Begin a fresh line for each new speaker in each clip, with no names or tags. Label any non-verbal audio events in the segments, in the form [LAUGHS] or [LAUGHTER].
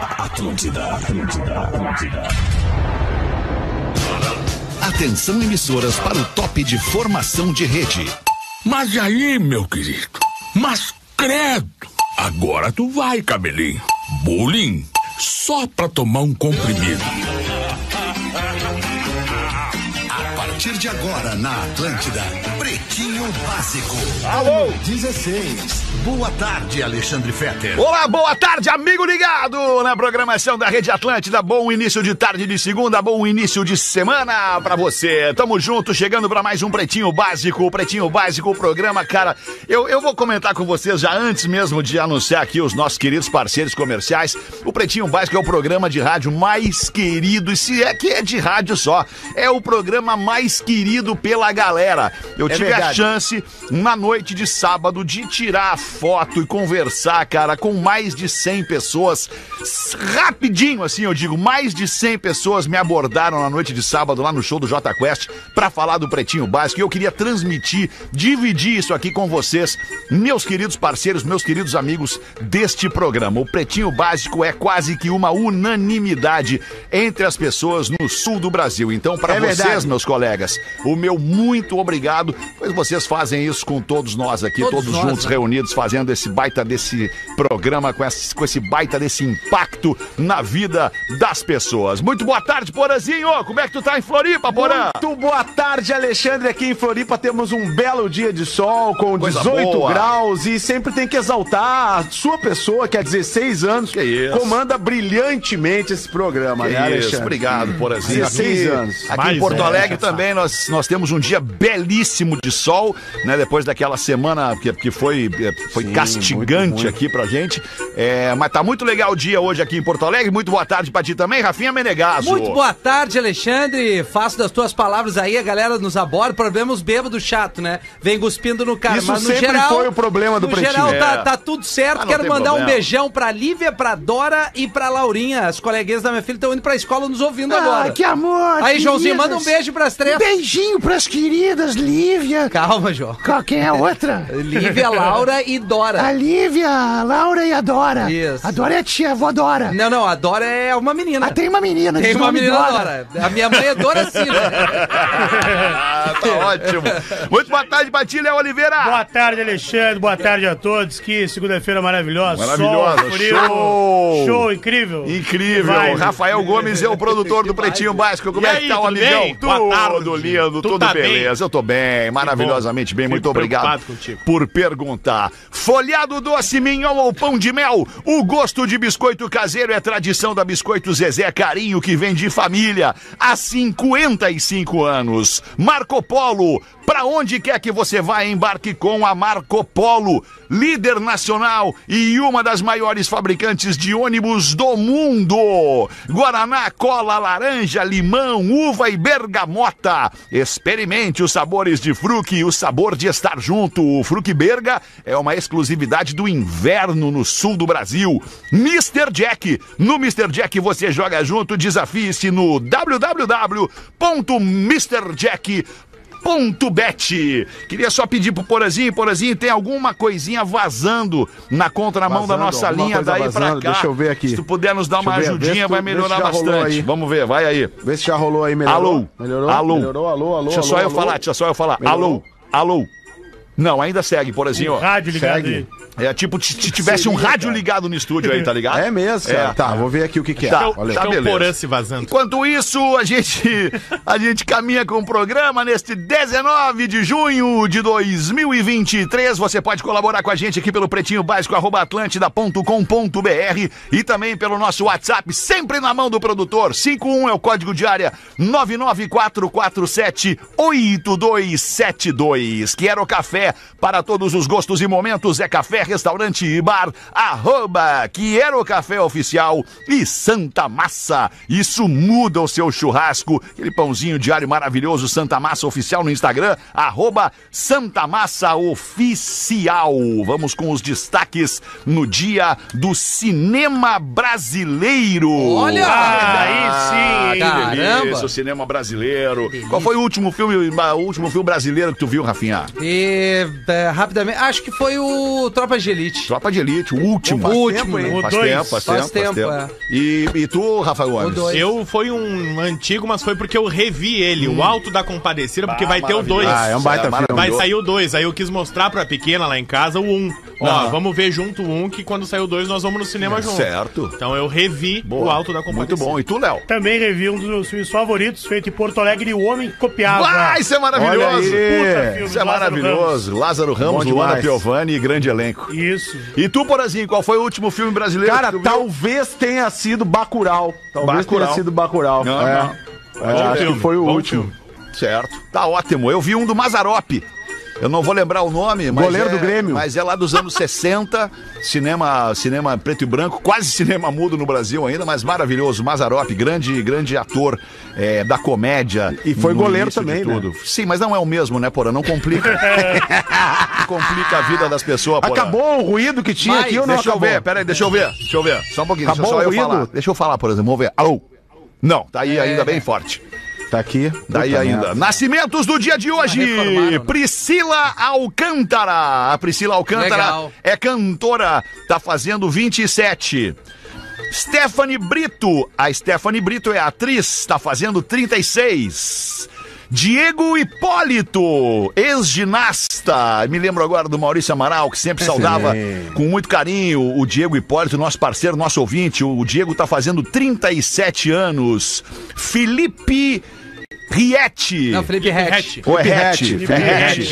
Atlântida, Atlântida, Atlântida.
Atenção emissoras para o top de formação de rede.
Mas aí, meu querido, mas credo, agora tu vai, cabelinho. Bullying, só pra tomar um comprimido.
A partir de agora na Atlântida, Pretinho Básico.
Alô?
16. Boa tarde, Alexandre Fetter.
Olá, boa tarde, amigo ligado na programação da Rede Atlântida. Bom início de tarde de segunda, bom início de semana pra você. Tamo junto, chegando pra mais um Pretinho Básico. O Pretinho Básico, o programa, cara. Eu, eu vou comentar com vocês já antes mesmo de anunciar aqui os nossos queridos parceiros comerciais. O Pretinho Básico é o programa de rádio mais querido, e se é que é de rádio só, é o programa mais querido pela galera. Eu tive a
verdade.
chance, na noite de sábado, de tirar foto e conversar, cara, com mais de 100 pessoas. S- Rapidinho, assim, eu digo, mais de 100 pessoas me abordaram na noite de sábado lá no show do Jota Quest pra falar do Pretinho Básico. E eu queria transmitir, dividir isso aqui com vocês, meus queridos parceiros, meus queridos amigos deste programa. O Pretinho Básico é quase que uma unanimidade entre as pessoas no sul do Brasil. Então, pra
É
vocês,
verdade.
meus colegas. O meu muito obrigado, pois vocês fazem isso com todos nós aqui, todos,
Todos nós,
juntos,
né?
reunidos, fazendo esse baita desse programa, com esse, com esse baita desse impacto na vida das pessoas. Muito boa tarde, Porazinho! Como é que tu tá em Floripa, Porã?
Muito boa tarde, Alexandre. Aqui em Floripa temos um belo dia de sol com
Coisa
18
boa.
graus e sempre tem que exaltar a sua pessoa que há 16 anos
Que isso.
comanda brilhantemente esse programa, né, Alexandre?
Isso, obrigado, Porazinho.
16
aqui,
anos.
Aqui em
Mais
Porto
velho,
Alegre
já sabe.
também nós, nós temos um dia belíssimo de sol, né? Depois daquela semana que, que foi, eh, foi castigante aqui pra gente. É, mas tá muito legal o dia hoje aqui em Porto Alegre. Muito boa tarde pra ti também, Rafinha Menegaso.
Muito boa tarde, Alexandre. Faço das tuas palavras aí, a galera nos aborda. Problema é os bêbados chato, né? Vem cuspindo no cara.
Isso sempre foi o problema do
no
Pretinho.
geral,
É.
tá, tá tudo certo.
Ah, não
Quero
tem
mandar um
problema.
beijão pra Lívia, pra Dora e pra Laurinha. As coleguinhas da minha filha estão indo pra escola nos ouvindo agora.
amor!
Aí, Joãozinho, manda um beijo pras três.
Beijinho pras queridas, Lívia.
Calma, João.
Quem é a outra?
Lívia, Laura e Dora.
Lívia, a Laura e a Dora.
Isso. A
Dora é a tia, a vó Dora. Ah,
Não, não, a Dora é uma menina.
tem uma menina,
Tem uma menina Dora. A minha mãe é Dora Cida. [LAUGHS]
Ah, tá ótimo. Muito boa tarde pra ti, Léo Oliveira.
Boa tarde, Alexandre. Boa tarde a todos. Que segunda-feira maravilhosa.
Maravilhosa,
Sol, frio.
show.
Show, incrível.
Incrível.
Vai.
Rafael Gomes é o produtor do Pretinho Básico. Como
E
é que
aí,
tá o
tudo
amigão?
bem? Boa tarde.
Tudo lindo,
Tu
tudo
tá
beleza. Eu tô bem, maravilhosamente bem.
Fico
Muito obrigado
preocupado contigo.
por perguntar. Folhado doce, mignon ou pão de mel? O gosto de biscoito caseiro é tradição da Biscoito Zezé Carinho, que vem de família há 55 anos. Marco Polo, pra onde quer que você vá, embarque com a Marco Polo, líder nacional e uma das maiores fabricantes de ônibus do mundo. Guaraná, cola, laranja, limão, uva e bergamota. Experimente os sabores de fruque e o sabor de estar junto. O fruque berga é uma exclusividade do inverno no sul do Brasil. Mr. Jack. No Mr. Jack você joga junto. Desafie-se no www.mrjack.com Ponto Bet. Queria só pedir pro Porazinho, Porazinho, tem alguma coisinha vazando na contramão da
Vazando,
nossa
alguma
linha
coisa
daí pra
vazando,
cá.
deixa eu ver aqui.
Se tu puder nos dar
Deixa
uma
eu ver, vê se
ajudinha,
tu-
vai
vê se
melhorar
já rolou
bastante.
aí.
Vamos ver, vai aí.
Vê se já rolou aí, melhorou.
Alô?
Melhorou?
Alô?
Melhorou, alô, alô.
Deixa
alô,
só eu
alô.
falar, deixa só eu falar.
Melhorou?
Alô? Alô? Não, ainda segue, Porazinho. ó.
Um Rádio ligado
Segue.
aí.
É tipo se se tivesse um rádio ligado no estúdio aí, tá ligado?
É mesmo,
É.
cara. Tá, vou ver aqui o que, que é.
Tá,
Olha aí.
tá
Acho que é o
beleza.
Porã se vazando.
Enquanto isso, a gente, [LAUGHS] a gente caminha com o programa neste 19 de junho de 2023. Você pode colaborar com a gente aqui pelo pretinho básico arroba atlântida.com.br e também pelo nosso WhatsApp, sempre na mão do produtor. 51 é o código de área 994478272. Quero café para todos os gostos e momentos. É café, restaurante e bar. Arroba Quero Café Oficial e Santa Massa. Isso muda o seu churrasco. Aquele pãozinho diário maravilhoso, Santa Massa Oficial no Instagram, arroba Santa Massa Oficial. Vamos com os destaques no dia do cinema brasileiro.
Olha! Ah,
Ah, aí sim, hein?
que delícia,
Caramba!
o cinema brasileiro. Qual foi o último filme, o último filme brasileiro que tu viu, Rafinha?
eh, E é, rapidamente, acho que foi o Tropa Tropa de Elite.
Tropa tá de Elite, o último.
O último,
tempo,
hein?
hein?
Faz
O dois.
tempo, faz,
Faz
tempo,
tempo,
faz tempo. E, e tu, Rafa
O
Gomes?
dois.
Eu foi um antigo, mas foi porque eu revi ele, o Alto da Compadecida, porque vai ter o 2.
Ah, é um baita filme.
Vai sair o 2. Aí eu quis mostrar pra pequena lá em casa o 1. Um. Ó, vamos ver junto o 1, um, que quando sair o 2 nós vamos no cinema junto.
Certo.
Então eu revi o Alto da
Muito
Compadecida.
bom. E tu, Léo?
Também revi um dos meus filmes favoritos, feito em Porto Alegre, O Homem que Copiava.
Ah, isso é
Olha
maravilhoso.
aí.
Puta filme,
Isso é
Lázaro Ramos.
maravilhoso. Lázaro Ramos,
Bom
Luana
demais.
Piovani e grande elenco.
Isso.
E tu, Porazinho, qual foi o último filme brasileiro que
Cara,
tu viu?
talvez tenha sido Bacurau. Talvez
Tá. Bacurau.
tenha sido Bacurau.
Não,
é.
não.
É, acho
filme,
que foi o
bom
último.
Certo. Tá ótimo. Eu vi um do Mazarope. Eu não vou lembrar o nome, mas
Goleiro
é,
do Grêmio.
Mas é lá dos
[LAUGHS]
anos 60, cinema, cinema preto e branco, quase cinema mudo no Brasil ainda, mas maravilhoso. Mazarope, grande, grande ator é, da comédia.
E foi
no
goleiro
início de
também, né?
tudo. Sim, mas não é o mesmo, né, Porã? Não
[LAUGHS]
complica. complica a vida das pessoas, Porã.
Acabou o ruído que tinha
Mas,
aqui ou não
deixa eu
acabou?
ver, peraí, deixa eu ver, deixa eu ver. Só um pouquinho,
Acabou
deixa
o
só eu
ruído? É.
falar. Deixa eu falar, por exemplo, vamos ver. Alô? Não, tá aí ainda bem forte.
Tá aqui.
Daí
Puta
ainda.
merda.
Nascimentos do dia de hoje.
reformaram, né?
Priscila Alcântara. A Priscila Alcântara
Legal.
é cantora, tá fazendo 27. Stephanie Brito. A Stephanie Brito é atriz, tá fazendo 36. Diego Hipólito, ex-ginasta. Me lembro agora do Maurício Amaral, que sempre saudava com muito carinho o Diego Hipólito, nosso parceiro, nosso ouvinte. O Diego tá fazendo 37 anos. Felipe Riete.
Não, Felipe Hatch.
Ou é
Felipe
Hatch?
Hatch.
Felipe Hatch.
Hatch.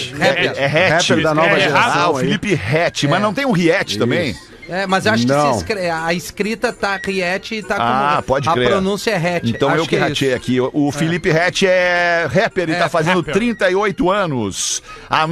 Hatch.
É Hatch.
Rapper da nova
É, Ah,
geração
o
aí.
Felipe Hatch. Mas não tem um Riete também?
É, mas eu acho que
Não.
se escre- a escrita tá Riete e tá
Ah,
como...
pode
a
crer.
pronúncia é Hatch.
Então
Acho
eu que
é isso.
ratei aqui. O Felipe Hatch é rapper e
É,
tá fazendo
rapper.
38 anos. A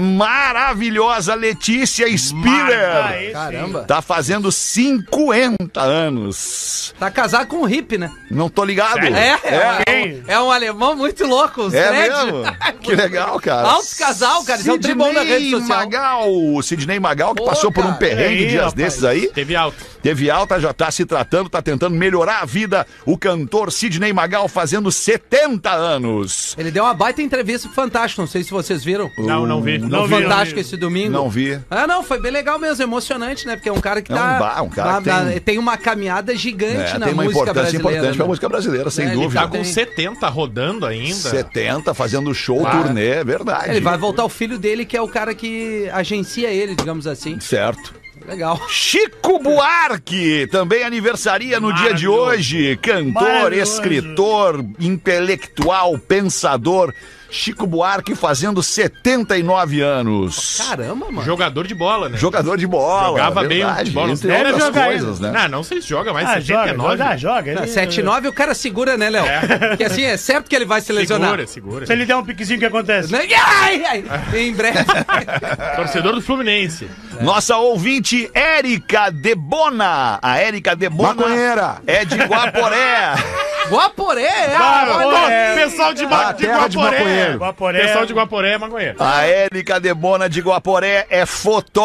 maravilhosa Letícia
Ah,
Spiller
esse,
Caramba.
tá fazendo 50 anos.
Tá casado com um hippie, né?
Não tô ligado.
É,
é.
é, um, é um alemão muito louco. os
É
dread. [LAUGHS]
mesmo? Que legal, cara.
Altos casal, cara, é eles são tribom na rede
Sidney
social.
Magal, o Sidney Magal, que
Pô,
passou por um
cara.
perrengue
Aí,
dias
rapaz.
desses aí.
Teve alto.
Teve alta, já tá se tratando, tá tentando melhorar a vida. O cantor Sidney Magal fazendo 70 anos.
Ele deu uma baita entrevista pro Fantástico, não sei se vocês viram.
Não, não vi.
Não
No
vi,
Fantástico
não vi.
esse domingo.
Não vi.
Ah, não, foi bem legal mesmo, emocionante, né? Porque é um cara que
É um
tá.
ba- um cara que
na-
tem-
na- uma caminhada gigante
É,
na
tem uma
música
importância
brasileira.
importante pra
né?
música brasileira, sem
É, ele
dúvida.
Tá
Já
com
tem.
70 rodando ainda.
70, fazendo show, turnê, é verdade.
Ele vai voltar o filho dele, que é o cara que agencia ele, digamos assim.
Certo.
Legal.
Chico Buarque também aniversaria no dia de
Maravilhoso.
hoje. Cantor,
Maravilhoso.
escritor, intelectual, pensador. Chico Buarque fazendo 79 anos.
Caramba, mano.
Jogador de bola, né?
Jogador de bola.
Jogava bem o
é verdade,
futebol.
entre
Era
outras
jogar
coisas,
ainda.
né?
Não, não sei se joga, mas é
Ah, joga,
79.
joga, joga.
Não,
Ele-
7 9 é o cara segura, né, Léo? Porque assim, é certo que ele vai se lesionar.
Segura, segura.
Se ele der um piquezinho, o que acontece?
Né? Ai, ai. Em breve.
Torcedor do Fluminense.
Nossa ouvinte, Érica Debona. A Érica Debona
Maconheira.
é de Guaporé.
Guaporé, é.
Guaporé.
olha.
Ô, Pessoal de,
Ah, terra de maconheiro.
Ah, Guaporé.
Pessoal de Guaporé é maconheiro.
A Érica Debona de Guaporé é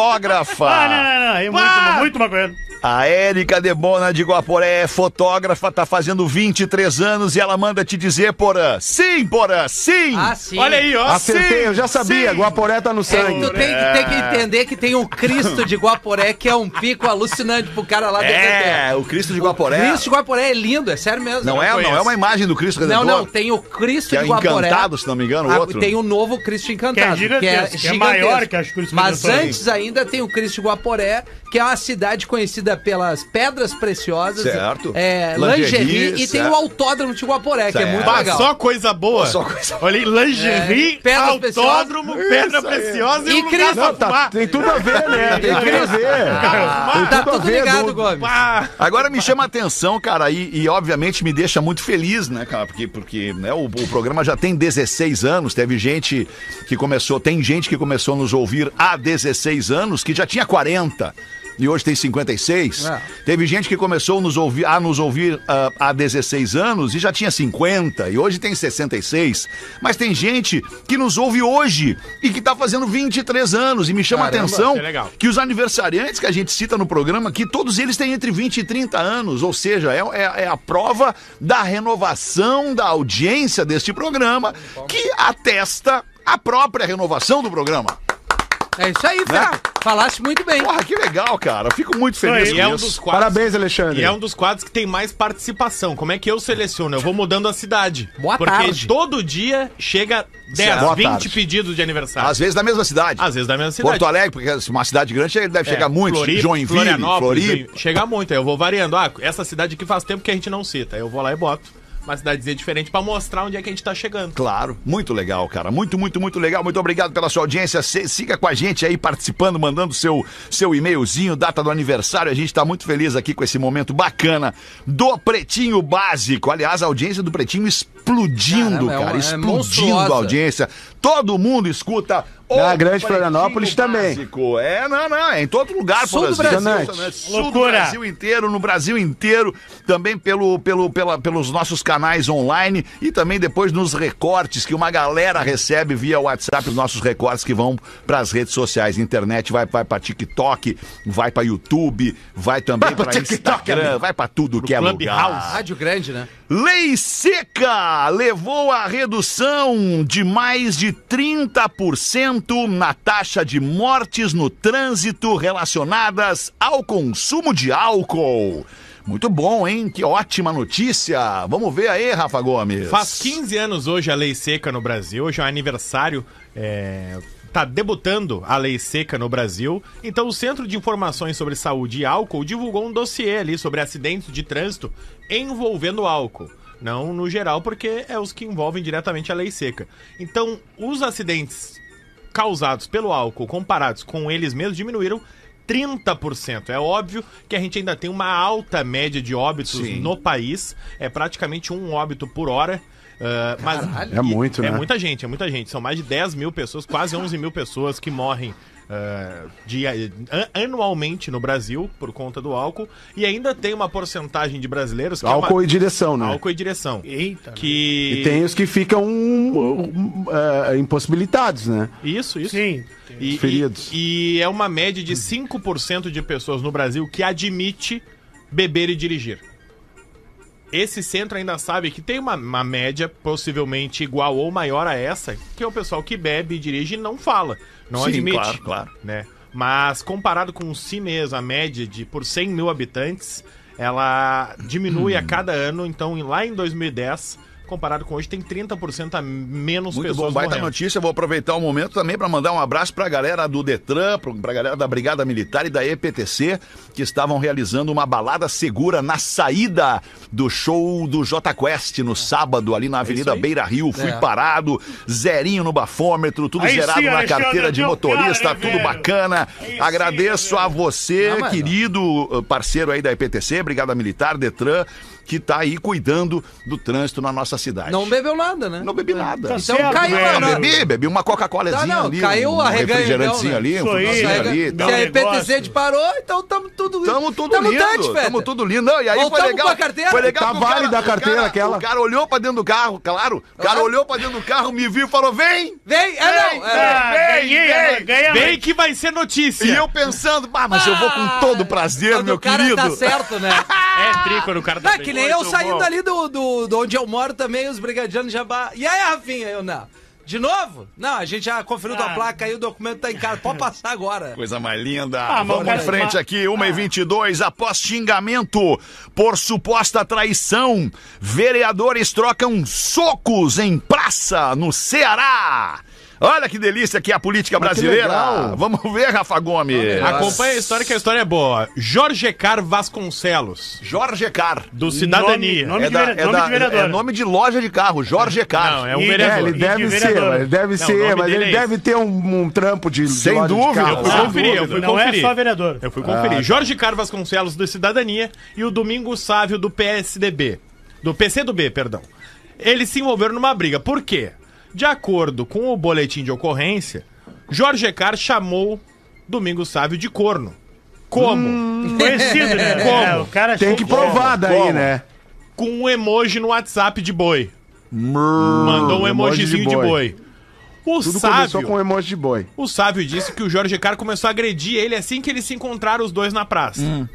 fotógrafa.
Ah, não, não, não. É
Ah!
muito, muito maconheiro.
A Érica Debona de Guaporé é fotógrafa, tá fazendo 23 anos e ela manda te dizer, Porã. Sim, Porã, sim.
Ah, sim.
Olha aí, ó.
Acertei, eu já sabia.
sim.
Guaporé tá no
É que
sangue.
tu tem, que- tem que entender que tem um Cristo de Guaporé que é um pico alucinante pro cara lá do
É, o Cristo de Guaporé.
Cristo de Guaporé é lindo, é sério mesmo.
Não é, não é uma imagem do Cristo
Não,
Redentor.
não, tem o Cristo
Que é
de Guaporé.
encantado, se não me engano, o
Ah,
outro.
Tem o novo Cristo Encantado,
Que é gigantesco, que é maior que as Cristo
Mas
Redentor.
antes ainda tem o Cristo de Guaporé, que é uma cidade conhecida pelas pedras preciosas,
Certo.
É,
Lingerie,
lingerie, e tem
certo.
o autódromo de Guaporé, que é
Certo.
muito
Bah,
legal.
só coisa boa.
Só coisa
Olha aí, lingerie,
É, pedras
autódromo, pedra preciosa e,
E
um lugar
Cristo.
pra
Não, tá,
fumar.
tem tudo a ver, né? Tem tudo a ver.
Cara,
Tá
fumar.
tudo a
tudo
ver,
ligado,
do-
Gomes.
Pá.
Agora me chama a atenção, cara, e, e obviamente me deixa muito feliz, né, cara? Porque, porque né, o, o programa já tem 16 anos, teve gente que começou, tem gente que começou a nos ouvir há 16 anos, que já tinha 40. E hoje tem 56.
É.
Teve gente que começou nos ouvir, a nos ouvir ah, há 16 anos e já tinha 50. E hoje tem 66. Mas tem gente que nos ouve hoje e que tá fazendo 23 anos. E me chama a
Caramba,
atenção
que É legal.
que os aniversariantes que a gente cita no programa aqui, todos eles têm entre 20 e 30 anos, ou seja, é, é- é a prova da renovação da audiência deste programa, que atesta a própria renovação do programa.
É isso aí, Fé. Falaste muito bem.
Porra, que legal, cara. Eu fico muito feliz
aí.
E é um
com
dos
isso.
quadros.
Parabéns, Alexandre.
E é um dos quadros que tem mais participação. Como é que eu seleciono? Eu vou mudando a cidade.
Boa
porque
tarde.
todo dia chega 10,
Boa
20
tarde.
pedidos de aniversário.
Às vezes na mesma cidade.
Às vezes da mesma cidade.
Porto Alegre, porque é uma cidade grande, ele deve
É,
chegar muito.
Floripa,
Joinville,
Florianópolis.
Floripa.
Join- Chega muito, aí eu vou variando. Ah, essa cidade aqui faz tempo que a gente não cita. Aí eu vou lá e boto uma cidadezinha diferente pra mostrar onde é que a gente tá chegando.
Claro, muito legal, cara. Muito, muito, muito legal. Muito obrigado pela sua audiência. Se- siga com a gente aí participando, mandando seu seu e-mailzinho, data do aniversário. A gente tá muito feliz aqui com esse momento bacana do Pretinho Básico. Aliás, a audiência do Pretinho explodindo,
Caramba, é uma-
cara.
é
explodindo
monstruosa.
a audiência. Todo mundo escuta. o
Na Grande
Pretinho
Florianópolis também.
Básico. É, não, não, é em todo lugar,
Sul do
Brasil.
Brasil.
Impressionante. Sul do
Loucura.
Brasil inteiro, no Brasil inteiro, também pelo, pelo, pela- pelos nossos canais online e também depois nos recortes que uma galera recebe via WhatsApp, os nossos recortes que vão para as redes sociais, internet, vai, vai para TikTok, vai para YouTube, vai também
pra
para
TikTok,
Instagram, vai para tudo que é lugar.
Clubhouse.
Rádio grande, né?
Lei seca levou à redução de mais de 30% na taxa de mortes no trânsito relacionadas ao consumo de álcool. Muito bom, hein? Que ótima notícia. Vamos ver aí, Rafa Gomes.
Faz 15 anos hoje a lei seca no Brasil. Hoje é um aniversário. É... Tá debutando a lei seca no Brasil. Então, o Centro de Informações sobre Saúde e Álcool divulgou um dossiê ali sobre acidentes de trânsito envolvendo álcool. Não no geral, porque é os que envolvem diretamente a lei seca. Então, os acidentes causados pelo álcool comparados com eles mesmos diminuíram 30%. É óbvio que a gente ainda tem uma alta média de óbitos no país, é praticamente um óbito por hora. ah, mas
É muito,
é
né?
muita gente, é muita gente. São mais de 10 mil pessoas, quase 11 mil pessoas que morrem ah, de- an- anualmente no Brasil por conta do álcool. E ainda tem uma porcentagem de brasileiros que
Álcool
é
e direção, né?
uma... álcool e direção.
Eita.
Que...
E tem os que ficam um, um, é, impossibilitados, né?
Isso, isso.
Sim.
E,
Feridos.
E, e é uma média de 5% de pessoas no Brasil que admite beber e dirigir. Esse centro ainda sabe que tem uma, uma média possivelmente igual ou maior a essa, que é o pessoal que bebe e dirige e não fala, não
Sim,
admite.
claro, claro.
Né? Mas comparado com si mesmo, a média de por 100 mil habitantes, ela diminui
Hum.
a cada ano. Então, em- lá em 2010, comparado com hoje, tem 30% a menos
Muito
pessoas
bom, baita
morrendo.
notícia. Eu Vou aproveitar o momento também para mandar um abraço para a galera do Detran, para a galera da Brigada Militar e da EPTC, que estavam realizando uma balada segura na saída do show do J Quest no sábado, ali
É
na Avenida Beira Rio. Fui
É.
parado, zerinho no bafômetro, tudo
Aí
zerado
sim,
na
Alexandre,
carteira de
meu
motorista,
cara, hein,
tudo
velho?
bacana.
sim,
Agradeço a você,
Não, mas-
querido eh, parceiro aí da EPTC, Brigada Militar, Detran, que está aí cuidando do trânsito na nossa cidade.
Não bebeu nada, né?
Não bebi nada.
Tá
Então
certo,
caiu
velho.
a nota.
Bebi, É bebi uma Coca-Colazinha
Tá, não,
ali.
caiu
um
a reganha,
refrigerantezinho
então, né?
ali, um
Isso aí,
frutinho
reganha.
ali. e
Dá
tal.
um
Se a EPTC
negócio.
disparou, então tamo tudo.
Tamo tudo
tamo
lindo,
touch, Feta.
tamo tudo lindo. Não, e aí foi
Voltamos
legal.
com a carteira.
Foi legal
Tá
que o cara-
válida a
o
carteira,
cara-
aquela?
O cara olhou pra dentro do carro, claro. O cara
Ah.
olhou pra dentro do carro, me viu e falou, vem!
Vem, é não, é,
Ah,
Vem,
ganhei,
vem,
ganhei.
Bem que vai ser notícia!
E eu pensando, bah, mas eu vou com todo prazer,
quando
meu
Ah, o cara
querido.
tá certo, né?
É trico no cara
Não,
da
é que nem eu saindo ali do, do, do onde eu moro também, os brigadianos já... ba- E aí, Rafinha? Eu, não. De novo? Não, a gente já conferiu tua
Ah.
placa aí, o documento tá em casa. Pode passar agora.
Coisa mais linda.
Ah, mas o
Vamos
cara-
em frente aqui, 1h22. Após xingamento por suposta traição, vereadores trocam socos em praça no Ceará. Olha que delícia que é a política
que
brasileira.
legal.
Vamos ver, Rafa Gomes.
É, Acompanha a história, que a história é boa. Jorge Car Vasconcelos,
Jorge Car.
do Cidadania.
Nome, nome de, vere- nome de vereador.
é nome de loja de carro, Jorge Car.
Não, é um
E-
É,
vereador.
ele
de
deve ser,
vereador.
ele deve
Não, o
ser,
nome
mas
dele
ele
é
deve ter um, um trampo de de
Sem
loja de
dúvida,
carro. né?
eu
Fui
Ah,
conferir, eu fui
não é
conferir.
só vereador.
Eu fui conferir. Jorge Car Vasconcelos, do Cidadania, e o Domingo Sávio, do PSDB. Do PCdoB, perdão. Eles se envolveram numa briga. Por quê? De acordo com o boletim de ocorrência, Jorge Car chamou Domingo Sávio de corno. Como? [LAUGHS]
Conhecido, né?
Como?
É, o cara
Tem que provar daí,
Como?
né?
com um emoji no WhatsApp de boi. Mandou um
emoji de
emojizinho de boi. O
Tudo
sábio,
começou com um emoji de boi.
o sábio disse que o Jorge Car começou a agredir ele assim que eles se encontraram os dois na praça.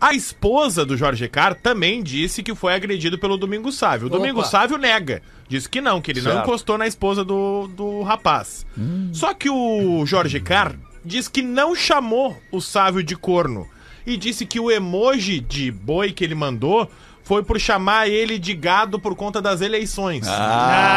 A esposa do Jorge Car também disse que foi agredido pelo Domingo Sávio. O Domingo
Opa.
Sávio nega. Diz que não, que ele não
Certo.
encostou na esposa do, do rapaz.
Hum.
Só que o Jorge Car diz que não chamou o Sávio de corno. E disse que o emoji de boi que ele mandou foi por chamar ele de gado por conta das eleições.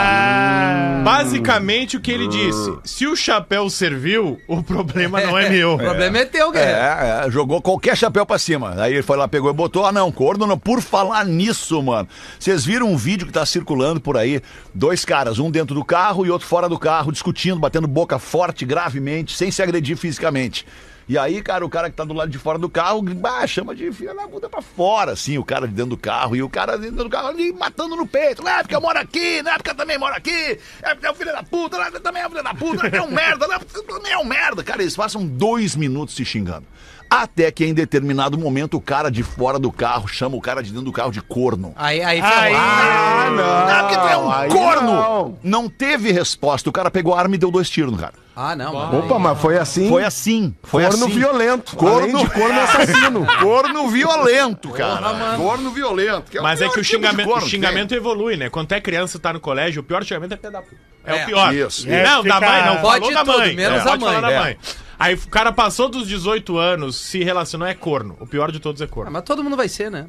Ah.
Basicamente o que ele disse: se o chapéu serviu, o problema
[LAUGHS]
não é meu.
O problema é teu, guerreiro.
É, é, jogou qualquer chapéu pra cima. Aí ele foi lá, pegou e botou. Ah, não, corno não. Por falar nisso, mano. Vocês viram um vídeo que tá circulando por aí? Dois caras, um dentro do carro e outro fora do carro, discutindo, batendo boca forte, gravemente, sem se agredir fisicamente. E aí, cara, o cara que tá do lado de fora do carro, bah, chama de filha da puta pra fora, assim, o cara de dentro do carro. E o cara dentro do carro ali matando no peito. Não é porque eu moro aqui, não é porque eu também moro aqui. É porque é o filho da puta, não é porque eu também é o filho da puta, não é porque é um merda, não é porque eu também é um merda. Cara, eles passam dois minutos se xingando. Até que em determinado momento o cara de fora do carro chama o cara de dentro do carro de corno.
Aí, aí,
Aí,
ferrou.
Ah, não.
Ah, porque tu é um
aí
corno!
não.
Não. teve resposta. O cara pegou a arma e deu dois tiros no cara.
Ah, não. mano.
Opa, mas foi assim.
Foi assim. Foi
corno
assim.
violento.
Corno-
Além de corno assassino.
Corno violento,
Porra,
cara.
mano.
Corno violento. o
Mas é
pior
que o
tipo de
xingamento,
corno
o
que
xingamento evolui, né? Quando tu é criança e tá no colégio, o pior xingamento é pedaço. É, o
É.
pior.
Isso,
Não,
isso.
da mãe, não.
Pode
falou da
tudo,
mãe.
menos
Pode
a mãe.
falar da
É.
mãe. Aí o cara passou dos 18 anos, se relacionou, é corno. O pior de todos é
Ah,
corno.
mas todo mundo vai ser, né?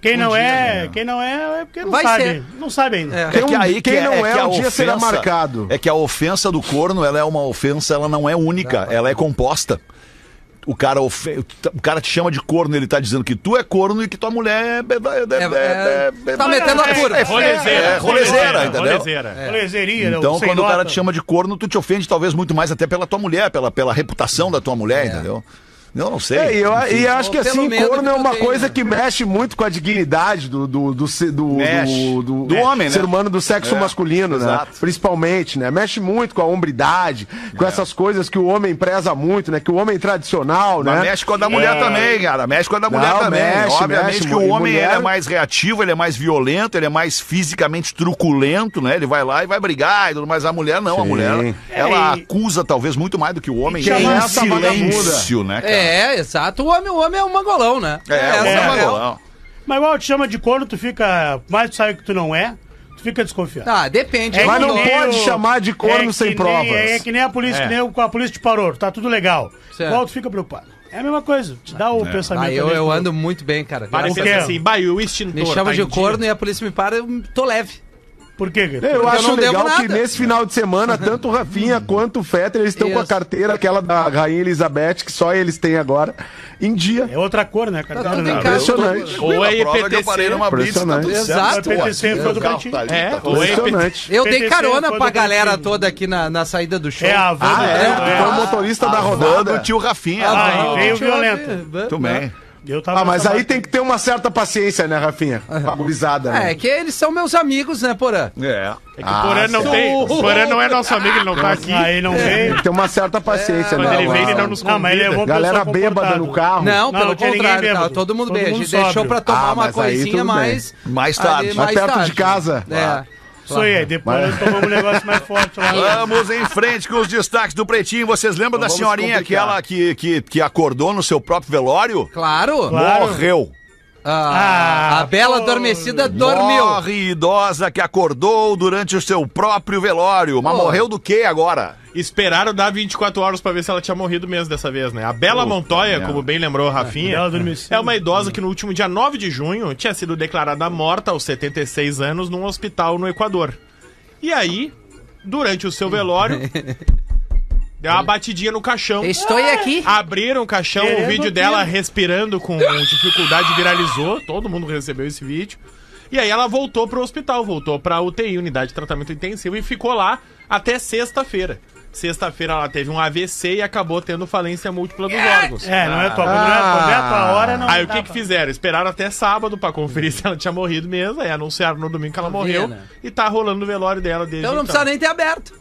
Quem não é, quem não é, é porque não
Vai
sabe.
ser.
Não sabe ainda.
É.
É que aí que
Quem não é,
que a
um dia será marcado.
É que a ofensa do corno, ela é uma ofensa, ela não é única, ela é composta. O cara, ofe- o cara te chama de corno, ele tá dizendo que tu é corno e que tua mulher é.
É, é, tá metendo a cura.
Rolezeira.
É, rolezeira, entendeu?
rolezeira.
É.
Rolezeria,
Então,
sem
quando o cara
nota.
te chama de corno, tu te ofende talvez muito mais até pela tua mulher, pela, pela reputação da tua mulher, entendeu? Eu não sei.
É, e, eu, e acho que
Pelo
assim,
medo
corno
que
é
tu
uma
tem,
coisa
né?
que mexe muito com a dignidade do, do, do, se- do,
Mexe.
do, do-
Do homem, né?
ser humano do sexo
É,
masculino, né?
exato. É.
Principalmente, né? Mexe muito com a hombridade, com essas coisas que o homem preza muito, né? Que o homem tradicional,
Mas
né?
mexe com a da mulher também, cara. Mexe com a da mulher
Não,
também.
mexe,
Obviamente
mexe,
que o
mu- e
homem
mulher-
ele é mais reativo, ele é mais violento, ele é mais fisicamente truculento, né? Ele vai lá e vai brigar, e tudo, mas a mulher não. A
Sim.
mulher,
É,
ela
e-
acusa talvez muito mais do que o homem.
chama
em
essa
silêncio, né, cara?
É, exato. O homem, o homem é um mangolão, né?
É, o homem
é
é
real.
mangolão.
Mas igual te chama de corno, tu fica. Mais tu sabe que tu não é, tu fica desconfiado.
Ah, depende.
É
hein,
Mas
que
não
Dom?
nem
pode chamar de corno
que
sem
nem-
provas.
É que nem a polícia,
É.
que nem o, a polícia te parou, tá tudo legal.
Certo.
Igual tu fica preocupado. É a mesma coisa, te dá
É.
o pensamento.
Ah, eu,
ali,
eu
tu-
ando muito bem, cara.
Para e
O
Graças a
quê?
pensa
Deus.
assim, bah, e o extintor.
Me chama
tá
de
em dia?"
corno e a polícia me para, eu tô leve.
Por quê? Guerreiro?
Eu
Porque
acho
não devo
legal que
nada.
nesse final de semana, tanto o Rafinha quanto o Fetter, eles estão com a
Isso.
carteira, aquela da Rainha Elizabeth, que só eles têm agora, em dia.
É outra cor, né, cara?
Tá tudo em
Não,
casa.
Impressionante.
Ou é
Prova que eu parei
IPTC.
numa blitz, tá tudo
Impressionante.
certo.
Exato.
Pô,
IPTC foi do
carro
Pretinho.
tá ali,
É,
tá tudo
ou é
certo.
Impressionante.
Eu dei
PTC
carona
foi
pra
do
galera
Pretinho.
toda aqui na, na saída do show.
É a van
Ah,
do
é?
Pedro,
Tu é o motorista da
Lá
rodada.
do tio Rafinha.
A
Ah,
van
e veio
do tio
violento.
Alves.
Muito bem.
Eu tava
Ah, mas
nessa
aí
vibe.
tem que ter uma certa paciência, né, Rafinha? Favorizada,
É,
né?
que eles são meus amigos, né, Porã?
É.
É que o Porã não tem. O Porã não é nosso amigo, ele não tá aqui.
Aí não veio.
é.
Tem que ter uma certa paciência,
Quando
né?
ele
Uma-
vem, ele não nos
Não, mas ele tá
convida.
levou
Galera
pessoa
bêbada
comportada.
no carro.
Não,
Não,
pelo
não tinha ninguém
contrário, tava
bêbado.
todo mundo
Todo
bem. A
mundo
gente
sóbrio.
deixou pra tomar
Ah,
uma
mas aí
coisinha
tudo bem.
mais.
Mais tarde.
ali,
Mas perto de casa. Ah.
É.
Isso aí, depois
Mas-
nós tomamos um negócio mais forte lá.
Vamos em frente com os destaques do Pretinho. Vocês lembram
Então
da
vamos
senhorinha
complicar.
aquela que, que, que acordou no seu próprio velório?
Claro.
Claro.
Morreu.
Ah,
Ah,
a bela
pô.
adormecida dormiu.
Morre idosa que acordou durante o seu próprio velório. Mas
Pô.
morreu do que agora?
Esperaram dar 24 horas pra ver se ela tinha morrido mesmo dessa vez, né? A Bela Montoya,
merda.
como bem lembrou o Rafinha,
Bela adormecida.
é uma idosa que no último dia 9 de junho tinha sido declarada morta aos 76 anos num hospital no Equador. E aí, durante o seu velório, deu uma batidinha no caixão.
Estou
É.
aqui.
Ah,
Abriram o caixão, o
Querendo
vídeo
que-
dela respirando com dificuldade viralizou, todo mundo recebeu esse vídeo. E aí ela voltou pro hospital, voltou pra UTI, unidade de tratamento intensivo, e ficou lá até sexta-feira. Sexta-feira ela teve um AVC e acabou tendo falência múltipla dos órgãos.
É, não é tua, não é, quando é a tua hora, não
Ah,
Aí o
dá
que, que
pra-
fizeram? Esperaram até sábado pra conferir se ela tinha morrido mesmo. Aí anunciaram no domingo que ela morreu.
né?
E tá rolando o velório dela desde
Então não
então.
precisa nem ter aberto.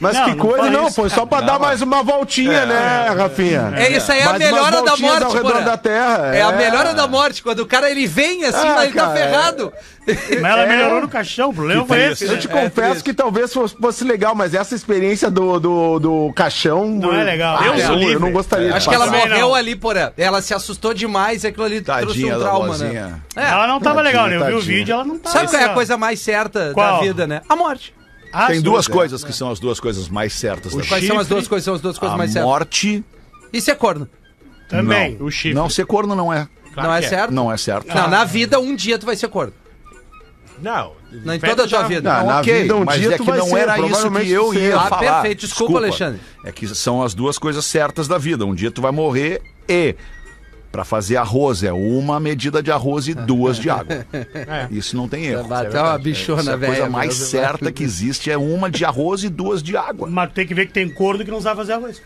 Mas
Não,
que
não
coisa,
fala
não,
isso,
foi só pra dar mais uma voltinha, né, Rafinha?
É isso aí, é a
Mais umas
melhora da
voltinhas
morte,
ao redor
Porã.
da terra.
É a melhora da morte, quando o cara ele vem assim,
Ah,
mas ele tá
cara, é.
ferrado.
Mas ela
É.
melhorou no caixão, o problema foi esse. né?
É,
Eu te confesso que talvez fosse, fosse legal, mas essa experiência do, do, do, do caixão.
Não é legal.
Eu,
Deus o
eu,
livre.
não gostaria
Acho que ela
Também
morreu
não.
ali, porra. Ela se assustou demais e aquilo ali trouxe
Tadinha
um
da
trauma, né?
vozinha.
É.
Ela não tava
Tadinha,
legal, né? Eu vi o
tadinha.
vídeo, ela não tava.
Sabe qual é
assim,
a
ó.
coisa mais certa da
Qual?
vida, né? A morte.
Ah,
Tem
sim.
duas
Duas
é.
coisas que são as duas coisas mais certas da
Quais
vida.
são as duas coisas? São as duas coisas
A
mais certas.
morte.
Isso é corno.
Também.
O chifre.
Não, ser corno não é.
Claro
não é
que é.
certo?
Não é certo.
Não, na vida, um dia tu vai ser corno.
Não. tá-
Não, em
Feto
toda a tua
já-
vida.
Não, na
ok,
vida, um
mas
dia
é
tu
que
vai
não
ser,
era isso
provavelmente
que eu
tu
ia
será.
Ah,
falar.
perfeito. Desculpa, Alexandre.
É que são as duas coisas certas da vida. Um dia tu vai morrer e pra fazer arroz é uma medida de arroz e duas de [LAUGHS] água. Isso não tem erro.
Bateu uma bichona,
A
velho.
coisa mais
Mas-
certa que existe é uma de arroz e duas de água.
Mas tu tem que ver que tem corno que não sabe fazer arroz.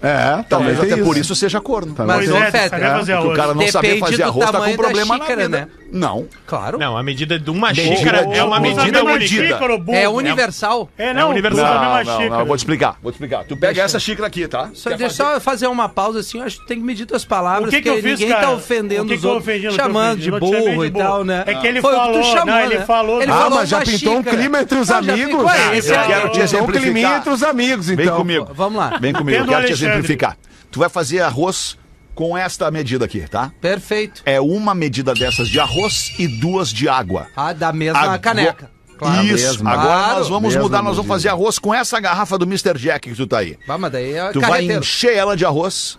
É,
Talvez
talvez
até
tenha
por isso seja corno.
Mas, um
Pois
ô,
é,
Fetter,
sabe fazer
Porque o
arroz.
cara não saber
Depende
fazer
do
arroz tá com
tamanho da
problema
xícara,
na vida.
né?
Não.
Claro.
Não, a medida de uma
Medida
xícara
de
é uma
uma
medida
medida.
única.
um
É um universal.
É, não,
É universal.
usa a
Não,
mesma
não, não,
xícara.
eu vou te explicar. Vou te explicar. Tu pega
Deixa.
essa xícara aqui, tá?
Só, deixa só eu fazer uma pausa assim, eu acho que tem que medir tuas palavras,
O que que eu
porque
fiz,
ninguém
cara?
tá
O
ofendendo
que
os
que eu
outros,
ofendi? Eu não te
chamando
ofendi,
de
eu não te chamei
burro
de
e
burro.
tal, né?
É que ele
Foi o que
falou,
tu chamou,
não, ele
né?
falou-
Ele
Ah,
falou
mas já
uma
pintou um
xícara.
clima entre os
Não, já
amigos.
ficou,
Ah,
é, esse
eu
é
quero
o-
te
Então, um climinha entre os amigos,
Vem
então.
comigo.
Vamos lá.
Vem comigo, eu
Entendo,
quero te
Alexandre.
exemplificar. Tu vai fazer arroz com esta medida aqui, tá?
Perfeito.
É uma medida dessas de arroz e duas de água.
Ah, da mesma
Ago-
caneca.
Isso,
Mesma.
agora
Claro.
nós vamos
Mesma
mudar, nós vamos
medida.
fazer arroz com essa garrafa do Mr. Jack que tu tá aí.
Vamos, mas daí é
Tu vai
carreteiro.
encher ela de arroz,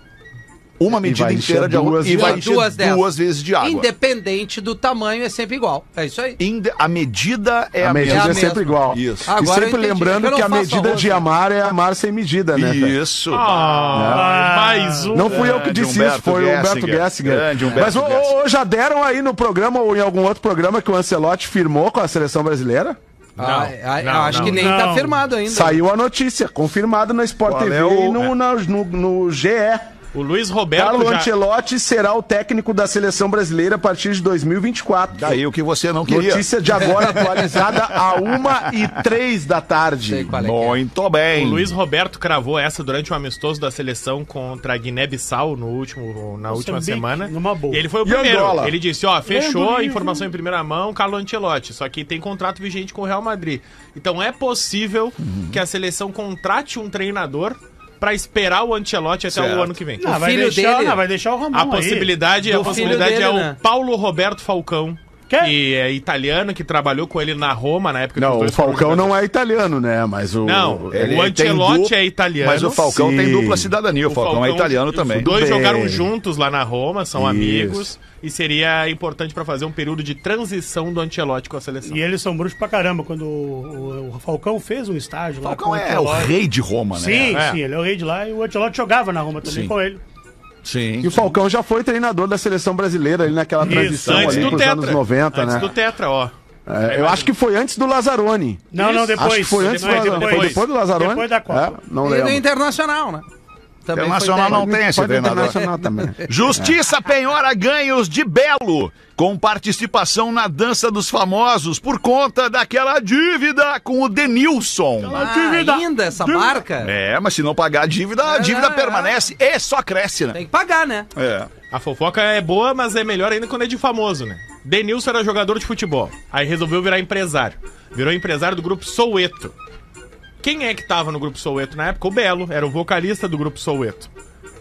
uma medida
vai
inteira
encher
de arroz
duas
e
de
vai
água.
encher duas,
Duas dessas.
vezes de água.
Independente do tamanho, é sempre igual. É isso aí.
Inde- A medida é a,
A medida
mesma.
é,
a mesma.
sempre igual.
Isso.
e
Agora eu
sempre
entendi,
lembrando
eu
que
não
a
faço
medida
arroz,
de
né?
amar é amar sem medida, né? cara?
Isso.
Ah, mais um.
Não fui eu que disse
Humberto
isso, foi o Humberto
Gessinger.
Gessinger.
Grande Humberto
Mas ô, ô,
Gessinger.
ô, já deram aí no programa ou em algum outro programa que o Ancelotti firmou com a seleção brasileira?
Ah, ah, eu acho que nem
não.
tá firmado ainda.
Saiu a notícia, confirmado na Sport
Qual
TV
é o-
e no, na- no, no GE.
O Luiz Roberto
Carlo
já...
Ancelotti será o técnico da seleção brasileira a partir de 2024.
Daí o que você não queria.
Notícia de
[LAUGHS]
agora atualizada a 1 e 3 da
Sei
tarde.
qual é que é.
Muito bem.
O Luiz Roberto cravou essa durante o amistoso da seleção contra a Guiné-Bissau no último,
é
na última
Moçambique,
semana.
numa boa.
E ele foi o
E
primeiro.
Angola?
Ele disse, ó, fechou
Lembro
a
disso.
informação em primeira mão, Carlo Ancelotti. Só que tem contrato vigente com o Real Madrid. Então é possível
Uhum.
que a seleção contrate um treinador pra esperar o Ancelotti até o ano que vem.
Não,
O
vai
filho
deixar,
dele-
não, vai deixar o Ramon
A possibilidade,
Do
a possibilidade
filho
é
dele,
o
né?
Paulo Roberto Falcão,
Quê?
que é italiano, que trabalhou com ele na Roma na época que os
Não, o
dois foram
Falcão
jogadores.
não é italiano, né? Mas o.
Não, é
Ele
o
tem
Ancelotti
dupla-
é italiano.
Mas o Falcão
Sim.
tem dupla cidadania. O,
O
Falcão, é italiano
os
também.
dois
Bem.
jogaram juntos lá na Roma, são
Isso.
amigos. E seria importante pra fazer um período de transição do Ancelotti com a seleção.
E eles são bruxos pra caramba. Quando o, o- o Falcão fez um estágio lá.
Falcão
com
é o
Ancelotti.
rei de Roma, né?
Sim,
É.
sim, ele é o rei de lá e o Ancelotti jogava na Roma também
Sim.
com ele.
Sim.
E o Falcão já foi treinador da seleção brasileira ali naquela
Isso,
transição
antes
ali
do
pros
Tetra.
anos 90,
Antes
né?
do Tetra, ó.
É, eu acho que foi antes do Lazarone.
Não,
Isso.
não, depois.
acho que foi antes
depois,
do Lazarone.
depois.
Foi depois do Lazarone?
Depois da Copa.
É, não
E do
lembro.
Internacional, né? Também
Internacional
foi
não tem esse
Pode
treinador.
internacional também.
Justiça penhora ganhos de Belo, com participação na dança dos famosos por conta daquela dívida com o Denilson.
Ah, ainda essa marca?
É, mas se não pagar a dívida, a
É,
dívida
é,
permanece e só cresce, né?
Tem que pagar, né?
É.
A fofoca é boa, mas é melhor ainda quando é de famoso, né? Denilson era jogador de futebol. Aí resolveu virar empresário. Virou empresário do grupo Soueto. Quem é que tava no grupo Soueto na época? O Belo, era o vocalista do grupo Soueto.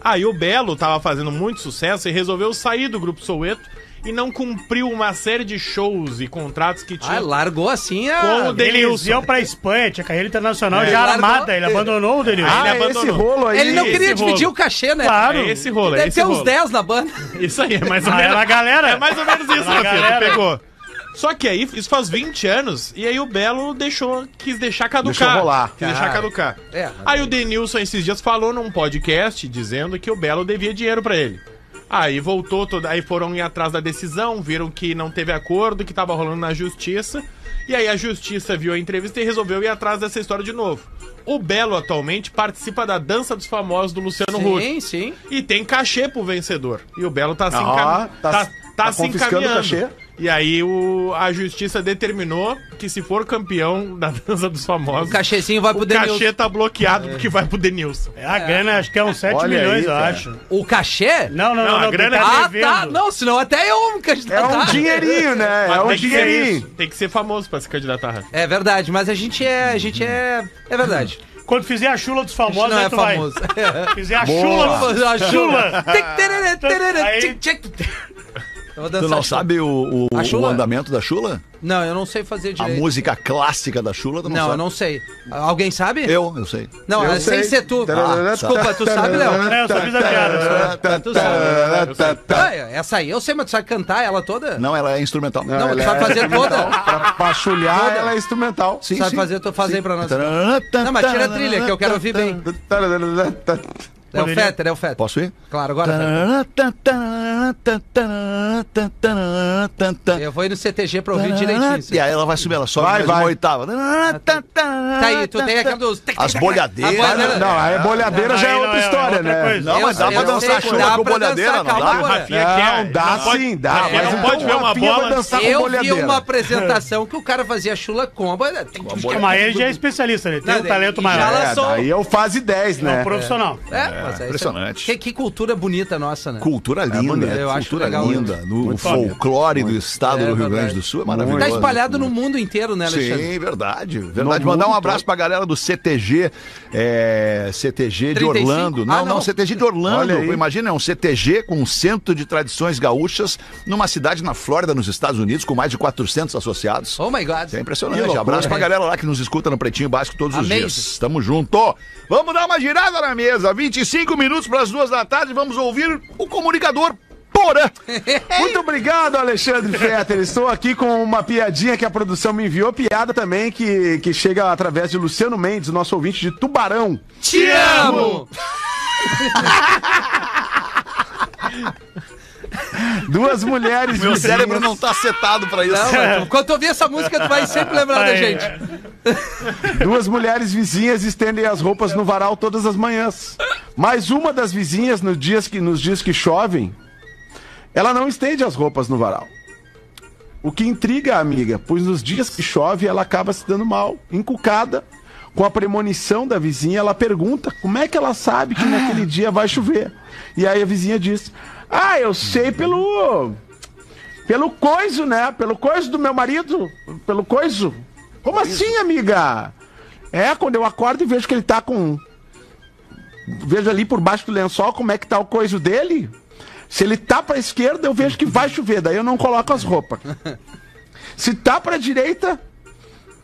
Aí o Belo tava fazendo muito sucesso e resolveu sair do grupo Soueto e não cumpriu uma série de shows e contratos que tinha.
Ah, largou assim a...
Com o
ele,
Eles
Denilson.
iam pra Espanha, tinha carreira internacional
É.
já
Ele largou-
armada. Ele abandonou o Denilson.
Ah,
Ah,
ele
esse
abandonou.
rolo aí.
não queria
esse
dividir
rolo.
o cachê, né?
Claro.
É esse rolo, é
Deve
esse
ter uns
rolo.
10 na banda.
Isso aí, é mais ou
Ah,
menos.
era a galera.
É mais ou menos
Era
isso,
a
meu filho.
galera.
Pegou. Só que aí, isso faz 20 anos, e aí o Belo deixou, quis deixar caducar.
Deixou rolar.
Quis deixar
Cara.
caducar.
É, mas
aí o Denilson, esses dias, falou num podcast dizendo que o Belo devia dinheiro pra ele. Aí voltou, toda, aí foram ir atrás da decisão, viram que não teve acordo, que tava rolando na justiça. E aí a justiça viu a entrevista e resolveu ir atrás dessa história de novo. O Belo atualmente participa da Dança dos Famosos do Luciano Huck.
Sim, sim.
E tem cachê pro vencedor. E o Belo tá se,
Ah,
encamin...
tá-
tá, tá,
tá
se
confiscando o
encaminhando.
cachê.
E aí o... a justiça determinou que se for campeão da dança dos famosos,
O cachezinho vai pro
o cachê
Denilson.
tá bloqueado porque vai pro Denilson.
A grana, acho que é uns 7
Olha
milhões,
aí,
eu
cara.
acho.
O cachê?
Não, não,
Não,
não.
a
não,
grana-
tu
Ah,
devendo.
tá. Não, senão até é um cachê.
É um dinheirinho, né? É
Mas
um
tem que ser isso.
dinheirinho.
Tem que ser famoso pra se candidatar. Rafa.
É verdade, mas a gente é... A gente é... É verdade.
Quando fizer a chula dos
Isso
famosos,
não
aí
é
tu Hum. vai.
famoso.
Fizer a
[LAUGHS] Chula,
[LAUGHS] chula,
a chula.
chula.
Tic, tererê, tererê,
Aí-
tic, tic. Eu vou
Tu
dançar
não
a chula.
sabe o, o-
A Chula?
o andamento da Chula?
Não, eu não sei fazer
A
direito.
música clássica da Chula? Tu não,
Não,
sabe?
eu não sei. Alguém sabe?
Eu, eu sei.
Não, é sem ser tu.
Tararara,
Ah, desculpa, tu sabe, Léo?
É, eu só fiz a piada.
Tu sabe. Ah, essa aí eu sei, mas tu sabe cantar ela toda?
Não, ela é instrumental.
Não,
ela
tu sabe
é
fazer toda?
Pra pachulhar,
Toda.
ela é instrumental.
Sim,
sabe
sim.
fazer, tu faz aí pra nós.
Não,
Não, mas tira a trilha, que eu quero ouvir bem. É o
Poderia-
Fetter, é o Fetter.
Posso ir?
Claro, agora. Fetter. tá. Eu vou ir no CTG pra ouvir direitinho. isso
E
aí.
aí ela vai subir, ela sobe
Vai,
mais uma
vai.
oitava.
Tá aí, tu tem aquela dos...
As bolhadeiras.
A boiadeira-
Não, a bolhadeira já é
Aí não
outra
é, é
história,
outra
né?
coisa.
Não, mas
Eu-
dá pra
eu
dançar
sei, dá
chula com
pra
bolhadeira,
dançar,
não
calma
dá?
agora.
Rafinha quer.
Não, dá
Não pode-
sim, dá.
Rafinha
Mas
não
então
pode ver
o
uma
Rafinha vai
bola-
dançar com
assim. Eu vi
bolhadeira.
uma apresentação que o cara fazia chula com a boiadeira.
Mas ele já é especialista, ele tem
Não,
um talento
e
maior.
já
É,
lançou.
daí é o fase 10,
É um
né?
profissional.
É, mas é
impressionante.
Que, que cultura bonita nossa, né?
Cultura linda,
bonito. Eu acho
cultura
legal isso.
linda. No folclore do estado do
É
Rio
verdade.
Grande do Sul é
Tá
maravilhoso.
espalhado no mundo inteiro, né, Alexandre?
Sim, verdade. Verdade.
No
Mandar um
mundo
abraço pra galera do CTG. é, CTG de
35?
Orlando. Não,
Ah,
não,
não.
CTG de Orlando.
Olha aí.
Imagina, é um CTG com um centro de tradições gaúchas numa cidade na Flórida, nos Estados Unidos, com mais de 400 associados.
Oh my God.
É
Que
impressionante.
loucura.
Abraço pra galera lá que nos escuta no Pretinho Básico todos os
Amazing.
dias. Tamo junto. Vamos dar uma girada na mesa. 25 minutos para as duas da tarde. Vamos ouvir o comunicador [LAUGHS] Porã.
Muito obrigado, Alexandre Fetter. Estou aqui com uma piadinha que a produção me enviou. Piada também que, que chega através de Luciano Mendes, nosso ouvinte de Tubarão.
Te amo!
Duas mulheres
Meu
vizinhas-
cérebro não tá setado pra isso.
Não, mas tu- quando eu ouvir essa música, tu vai sempre lembrar da gente.
Duas mulheres vizinhas estendem as roupas no varal todas as manhãs. Mas uma das vizinhas, nos dias que, nos dias que chovem, ela não estende as roupas no varal. O que intriga a amiga, pois nos dias que chove ela acaba se dando mal. Encucada, com a premonição da vizinha, ela pergunta como é que ela sabe que naquele dia vai chover. E aí a vizinha diz: Ah, eu sei pelo. Pelo coiso, né? Pelo coiso do meu marido. Pelo coiso. Como assim, amiga? É, quando eu acordo e vejo que ele tá com. Vejo ali por baixo do lençol como é que tá o coiso dele. Se ele tá pra esquerda, eu vejo que vai chover, daí eu não coloco as roupas. Se tá pra direita,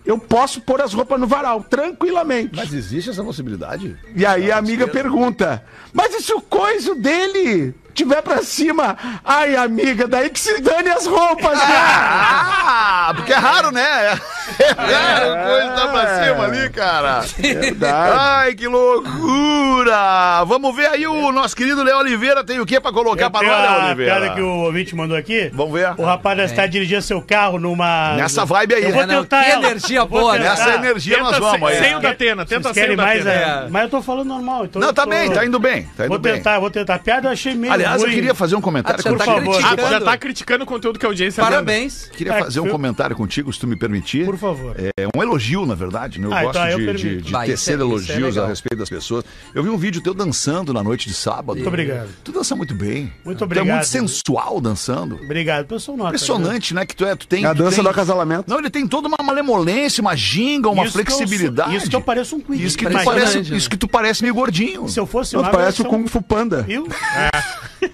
eu posso pôr as roupas no varal, tranquilamente.
Mas existe essa possibilidade?
E aí a amiga pergunta: Mas e se o coiso dele tiver pra cima? Ai, amiga, daí que se dane as roupas, né?
Ah, porque é raro, né? [LAUGHS] É raro, o coisa tá pra cima ali, cara. Ai, que loucura! Vamos ver aí o nosso querido Léo Oliveira tem o que pra colocar pra
Tem
nós, Léo
a piada que o
Oliveira?
ouvinte mandou aqui.
Vamos ver.
O rapaz da cidade dirigia seu carro numa.
Nessa vibe né, aí.
Eu vou
Não, não,
tentar.
que
ela.
energia
Eu vou
boa,
tentar.
Nessa é energia nós vamos aí.
sem o da Atena, tenta
Vocês
sem
querem
o da
mais,
Atena.
é, mas eu tô falando normal. Então
Não,
eu
tá
tô-
bem, tá indo bem. Tá
Vou
indo bem.
tentar, vou tentar. A piada eu achei meio.
Aliás, eu
ruim.
queria fazer um
Ah,
comentário
tu já
Por
tá
contigo.
favor.
Ah,
criticando.
tu já tá criticando o conteúdo que a audiência
Parabéns.
Queria
Ah,
fazer um
eu-
comentário contigo, se tu me permitir.
Por favor.
É um elogio, na verdade. Né? Eu
Ah,
gosto
então eu
de, de,
permito.
de
Vai,
tecer
isso é- isso é
elogios
legal.
a respeito das pessoas. Eu vi um vídeo teu dançando na noite de sábado.
Muito obrigado.
Tu dança muito bem.
Muito
Tu é
obrigado.
muito sensual dançando.
Obrigado, pessoal. nota,
Impressionante, né? Que tu é, tu tem.
É a
tu
dança
tem-
do acasalamento.
Não, ele tem toda uma malemolência, uma ginga,
viu?
uma
Isso que eu sou-
flexibilidade.
Isso que eu pareço um quick.
Isso que tu
Impressionante,
parece,
né?
isso que tu parece meio gordinho.
Se eu fosse
Tu
magro.
parece o
eu sou-
Kung Fu Panda.
Viu?
É.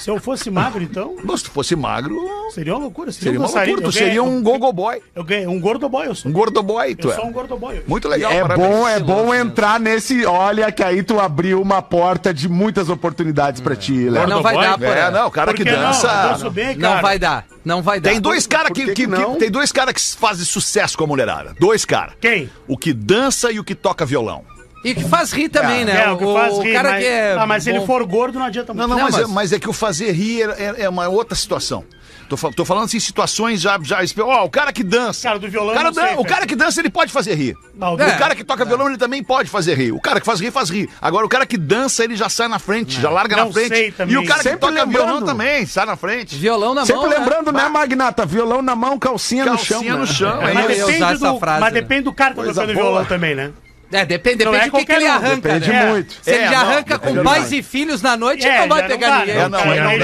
Se eu fosse magro, então.
Mas se tu fosse magro,
Seria uma loucura. Seria,
seria
um
uma
dançarino.
loucura. Tu
Eu ganhei-
seria um gogoboy.
Eu ganhei um gordoboy, eu sou.
Um gordoboy, tu
Eu
é.
sou um gordoboy.
Muito legal,
É
parabéns.
bom, é bom entrar nesse. Olha que aí tu abriu uma porta de muitas oportunidades pra ti, Léo.
Não vai
Boy?
dar, pô.
É, não, o cara
Por
que
não? Eu
dança.
danço bem, cara.
Não vai dar. Não vai dar.
Tem dois caras que,
que
que-
não?
que- tem dois cara que fazem sucesso com a mulherada. Dois caras.
Quem?
O que dança e o que toca violão.
E que faz rir também, né?
É, o que faz rir,
cara
mas...
que é.
Ah, mas se
bom-
ele for gordo, não adianta
Não,
muito.
não,
Não,
mas,
mas-
É, mas é que o fazer rir é, é uma outra situação. Tô, fal- tô falando assim, situações já. já espe- Ó, o cara que dança.
Cara, do violão
O cara,
eu não sei,
dan- o
cara.
cara que dança, ele pode fazer rir.
Não,
o
é,
cara que toca violão, ele também pode fazer rir. O cara que faz rir, faz rir. Agora, o cara que dança, ele já sai na frente, já larga
Não
na frente.
sei também.
E o cara que
Sempre
toca
lembrando.
violão também, sai na frente.
Violão na
Sempre
mão. né?
lembrando, né, Magnata? Violão na mão, calcinha,
Calcinha
no chão. né?
no chão,
É,
é,
mas
isso.
eu ia usar essa
do,
frase,
mas
né?
depende do cara que tá
Coisa
tocando
boa.
violão também, né?
É, depende,
Não
depende
é
do que, que
qualquer
ele
um.
arranca.
Depende
né?
muito.
Se ele
É, não,
arranca com
depende
pais
muito.
e filhos na noite,
É,
ele não vai
já
pegar
não dá,
ninguém.
já não,
aí não dá,
É, aí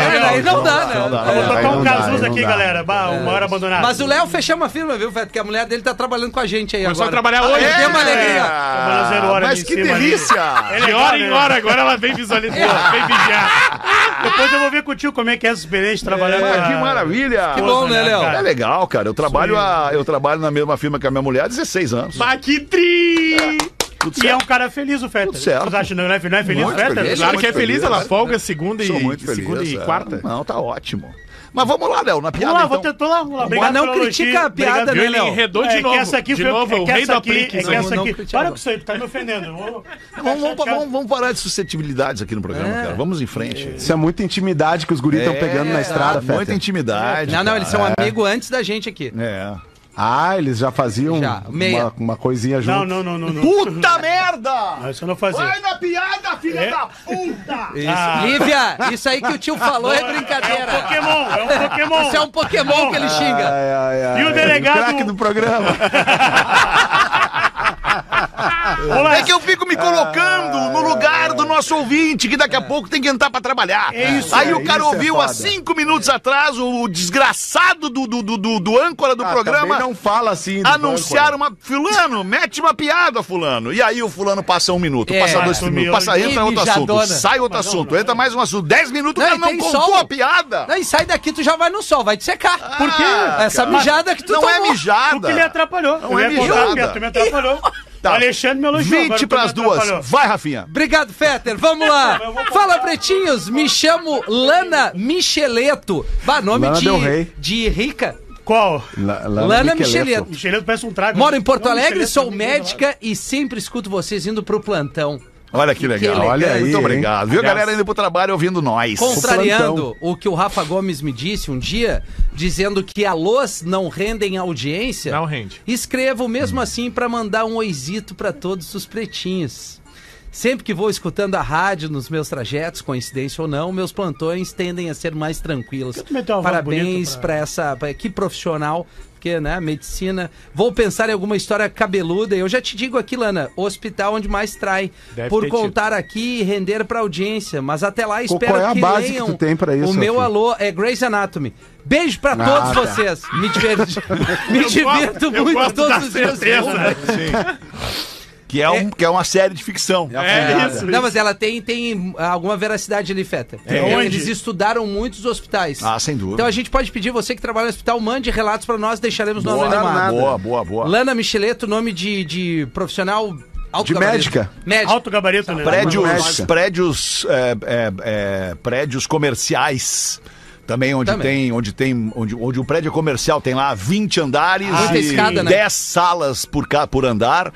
não
não
dá,
dá,
né?
não dá,
Vou
É,
botar
aí
um
não dá,
Cazuza
aí não
aqui,
dá.
galera. Bah, uma hora abandonada.
Mas o Léo fechou uma firma, viu, Fed? Porque a mulher dele tá trabalhando com a gente aí
Começou
agora.
a trabalhar hoje.
Ele deu uma
É.
alegria.
Trabalhou zero hora
Mas
ali em
que
cima ali.
delícia!
É
De
legal,
hora
né?
em hora, agora ela
[LAUGHS]
vem visualizar, vem vigiar.
Depois eu vou ver contigo como é que é essa experiência trabalhando.
Mas
com a-
que maravilha!
Que bom, né, Léo?
É legal, cara. Eu trabalho, a, eu trabalho na mesma firma que a minha mulher há 16 anos.
Bah, que é tri!
Tudo
E é
certo.
um cara feliz, o Fetter.
Tudo certo.
Vocês acham que não é fe- não é feliz o
Muito
Fetter?
feliz.
Claro que é
muito
feliz,
feliz,
ela
né?
folga segunda
Sou
e,
muito feliz.
segunda e
é.
quarta.
Não, tá ótimo. Mas vamos lá, Léo, na piada.
Vamos lá,
então.
vou tentar lá. Vamos lá. Obrigado
Mas não
pelo
critica
elogio.
a piada,
Obrigado.
né,
Viu? Ele
Léo?
enredou
É
de
que
novo.
essa aqui
de
foi-
novo,
é
o
que
rei
essa
do
aqui-
aplique. né?
É que essa
Não,
aqui...
não,
Para com isso aí, tu tá me ofendendo. Eu vou-
Vamos, vamos- vamos- vamos parar de susceptibilidades aqui no programa, cara. Vamos em frente.
Isso é muita intimidade que os guris estão
É,
pegando na estrada,
Muita
Fetter.
intimidade.
Não, não,
cara.
eles são
É.
amigos antes da gente aqui.
É.
Ah, eles já faziam
Já, meia.
uma, uma coisinha junto.
Não, não, não, não. não.
Puta merda!
Não, Isso eu não fazia.
Vai na piada, filha
É.
da puta!
Isso. Lívia, isso aí que o tio falou é
É um
brincadeira.
Pokémon, é um Pokémon.
Isso é um Pokémon que ele xinga.
Ai, ai, ai.
E o delegado-
craque do programa. Ah,
Vamos lá.
É que eu fico me colocando no lugar do nosso ouvinte, que daqui a pouco tem que entrar pra trabalhar.
É isso
Aí
aí,
o cara
isso é
ouviu há
foda.
cinco minutos atrás o desgraçado do, do, do, do- do âncora do
Ah,
programa.
também não fala assim. do
Anunciaram uma. Fulano, mete uma piada, Fulano. E aí o Fulano passa um minuto,
É.
passa dois
Sumiu,
minutos, passa,
hein?
entra outro
Mijadona.
assunto, sai outro assunto, entra mais um assunto. Dez minutos, o cara
Não, e
não
tem
contou
sol.
a piada. Ah,
Não, e sai daqui, tu já vai no sol, vai te secar. Por quê? Essa
cara.
mijada que tu
Não
tomou.
é mijada.
Porque ele atrapalhou.
Não
eu
é
ia contar,
mijada.
tu me atrapalhou.
Tá.
Alexandre me elogiou. agora
20
tu
pras
me
duas.
atrapalhou.
Vai, Rafinha.
Obrigado, Fetter. Vamos lá. Fala, pretinhos. Me chamo Lana Micheleto. Bah, nome
Lana
de,
Del Rey.
de rica.
Qual?
La- né?
Lana
Micheleto.
Micheleto.
Micheleto parece um trago.
Moro em Porto
Não,
Alegre,
Micheleto
sou
também, né?
médica e sempre escuto vocês indo pro plantão.
Olha que legal.
legal.
Olha aí,
Muito
hein?
obrigado. Viu,
Aliás-
galera indo pro trabalho ouvindo nós.
Contrariando o que o Rafa Gomes me disse um dia, dizendo que alôs não rendem audiência.
Não rende.
Escrevo mesmo assim pra mandar um oizito pra todos os pretinhos. Sempre que vou escutando a rádio nos meus trajetos, coincidência ou não, meus plantões tendem a ser mais tranquilos.
tu meteu uma voz
Parabéns
bonita pra-
pra essa. pra- que profissional, porque, né, medicina. Vou pensar em alguma história cabeluda. Eu já te digo aqui, Lana, hospital onde mais trai.
Deve
por
ter tido.
contar aqui e render pra audiência. Mas até lá
Qual-
espero
qual é a
que
base que
leiam.
tu tem pra isso,
o meu
Rafinha?
alô é Grey's Anatomy. Beijo pra todos
tá.
vocês. Me diverti. Me divirto
[LAUGHS] eu
muito
gosto da
todos os dias.
certeza.
Que é, um, que é uma série de ficção.
É isso. É
Não, mas ela tem, tem alguma veracidade ali, Feta.
onde?
Eles estudaram muitos hospitais.
Ah, sem dúvida.
Então a gente pode pedir, você que trabalha no hospital, mande relatos pra nós, deixaremos no
Boa,
anonimato.
nada.
Boa, boa, boa.
Lana Micheleto, nome de, de profissional... alto
De
gabarito.
médica.
Médica.
Alto gabarito, né?
Prédios,
Médica.
prédios, é, é, é, prédios comerciais. Também onde
Também.
tem, onde tem, onde, onde o prédio é comercial tem lá 20 andares
Muita
e
escada, né?
10 salas por cá por andar.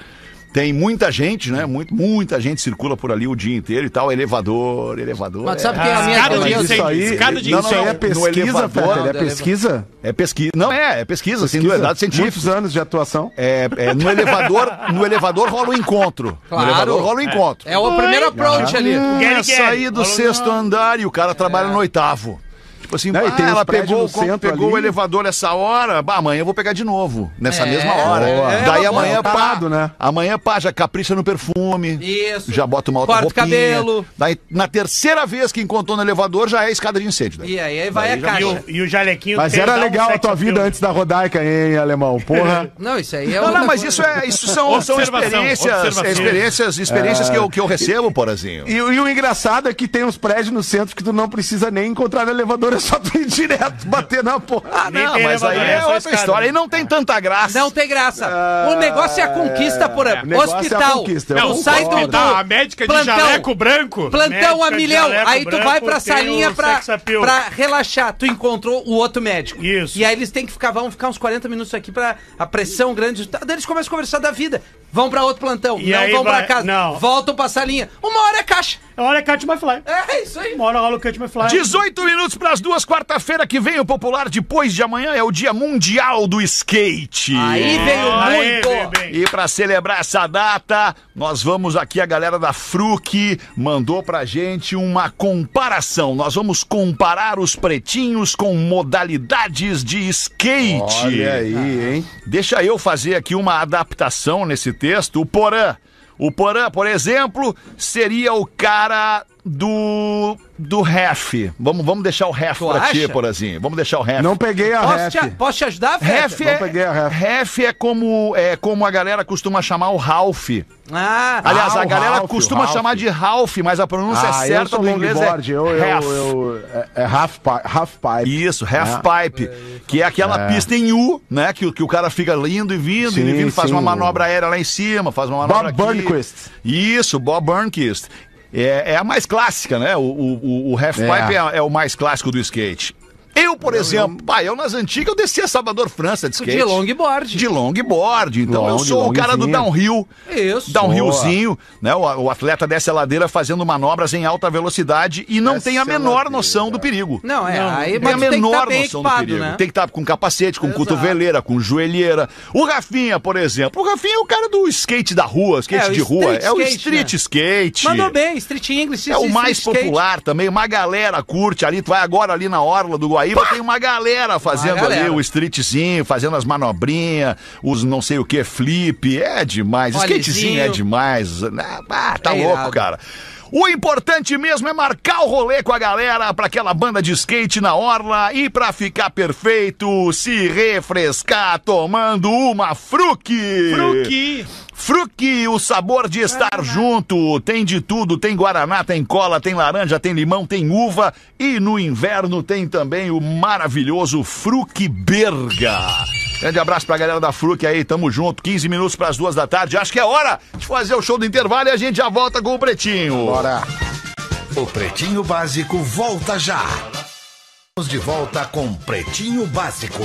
Tem muita gente, né? Muito, muita gente circula por ali o dia inteiro e tal. Elevador, elevador.
Mas tu
é-
sabe que a minha
escada
teoria...
de
Isso aí,
Escada de
não, não,
incêndio.
um.
é
No
pesquisa,
elevador,
Fetter,
não,
é
do
pesquisa.
É pesquisa. Não, é, é pesquisa, tem
Pesquisa.
dados científicos.
Muitos anos de atuação.
É, é, no, elevador, no elevador rola o encontro.
Claro.
No elevador rola o encontro.
É o primeiro approach
Ah.
ali.
Hum,
Gary,
é sair
Gary.
do sexto andar e o cara
É.
trabalha no oitavo. Tipo assim,
Não, e
ah,
tem uns
ela
prédios
pegou,
no
o con-
centro
pegou o
ali.
elevador essa hora, bah, amanhã eu vou pegar de novo, nessa
É,
mesma hora.
boa. É,
Daí
é uma
amanhã,
boa.
pá,
Parado, né?
amanhã, pá, já capricha no perfume.
Isso.
Já bota uma outra
Corta o
roupinha.
cabelo.
Daí, na terceira vez que encontrou no elevador, já é escada de incêndio. daí.
E aí, aí vai a
E
caixa.
o, e o jalequinho...
Mas
tem
era
dar um
legal a
sex
tua
appeal.
vida antes da Rodaica, hein, alemão?
[LAUGHS]
Porra.
Não, isso aí é
Não,
outra
não, mas
coisa.
isso, é, isso são, são
Observação,
experiências,
observação.
experiências, experiências que, eu, que eu recebo, porazinho.
E, o- e o engraçado é que tem uns prédios no centro que tu não precisa nem encontrar no elevador, [LAUGHS] é só tu ir direto, bater na porra.
Ah, não,
tem
mas aí
elevador, é
é
só
outra
escada.
história. Aí não tem tanta graça.
Não tem graça. o negócio é a conquista por
o negócio é a
hospital.
conquista, eu
tu
concordo.
sai do,
Tá, a
do
médica de
Plantão.
jaleco branco.
plantão a
Médica,
milhão.
jaleco
Aí tu
branco,
vai pra
tem
salinha
o
pra,
sex appeal.
pra relaxar. Tu encontrou o outro médico.
Isso.
E aí eles têm que ficar, vão ficar uns 40 minutos aqui pra a pressão grande. Tá, Daí eles começam a conversar da vida. Vão pra outro plantão.
E
não
aí
vão pra
vai-
casa.
não.
Voltam pra salinha. Uma hora é caixa.
Olha, Cat McFly.
É isso aí.
Uma hora rola o Cat McFly.
18 minutos para as duas, quarta-feira que vem, o popular depois de amanhã é o Dia Mundial do Skate.
Aí veio
Aê,
muito.
bebê.
E para celebrar essa data, nós vamos aqui, a galera da Fruc mandou pra gente uma comparação. Nós vamos comparar os pretinhos com modalidades de skate. Ah.
Olha aí, hein?
Deixa eu fazer aqui uma adaptação nesse texto. O Porã. O Porã, por exemplo, seria o cara do do ref. Vamos, vamos deixar o ref
Tu
pra ti,
acha?
Porazinho. Vamos deixar o ref.
Não peguei a
Posso te,
é ref.
posso te ajudar,
Ref
Fred?
não
é,
peguei a ref.
ref é como é como a galera costuma chamar o Ralph.
Ah,
Aliás,
Ah,
a
o
galera
Ralph,
costuma
o Ralph.
chamar de Ralph, mas a pronúncia
Ah, eu
certa
sou
um do inglês é
longboard, eu, eu,
ref.
eu, é, é half, pi- half pipe.
Isso, half pipe, que é aquela pista em U, né? Que, o- que o cara fica indo e vindo, indo e
Sim,
vindo, faz
sim.
uma manobra aérea lá em cima, faz uma manobra
Bob
aqui.
Burnquist.
Isso, Bob Burnquist. É, é a mais clássica, né? O, o, o- o half pipe é. é o mais clássico do skate. Eu, por exemplo, pai, eu nas antigas eu descia Salvador França de skate.
de longboard.
De longboard, então eu
Long,
sou o cara do
longzinho.
downhill.
Isso.
Dá um
Boa.
riozinho, né? O, o atleta desce a ladeira fazendo manobras em alta velocidade e não tem a
Desce a
menor
ladeira.
noção do perigo.
Não, é. aí
Tem a
mas tem que
menor
estar bem
noção do
equipado,
perigo.
né?
Tem que estar com capacete, com
Exato.
cotoveleira, com joelheira. O Rafinha, por exemplo. O Rafinha é o cara do skate da rua, skate
É, o
de rua.
street
É o
skate,
street
né?
skate.
Mandou bem, Street English.
É o
street
mais
skate.
popular também, uma galera curte ali, tu vai agora ali na Orla do Guaíba, tem uma galera fazendo ali
galera.
o streetzinho, fazendo as manobrinhas, os não sei o que, flip, é demais,
Olhezinho.
skatezinho é demais, ah, tá
É
louco,
irado.
cara. O importante mesmo é marcar o rolê com a galera pra aquela banda de skate na orla e pra ficar perfeito, se refrescar tomando uma fruque.
Fruki.
Fruque, o sabor de estar junto. Tem de tudo, tem guaraná, tem cola, tem laranja, tem limão, tem uva e no inverno tem também o maravilhoso Fruque Berga. Grande abraço pra galera da Fruque aí, tamo junto. 15 minutos pras duas da tarde. Acho que é hora de fazer o show do intervalo e a gente já volta com o Pretinho.
Bora.
O Pretinho Básico volta já. Estamos de volta com Pretinho Básico.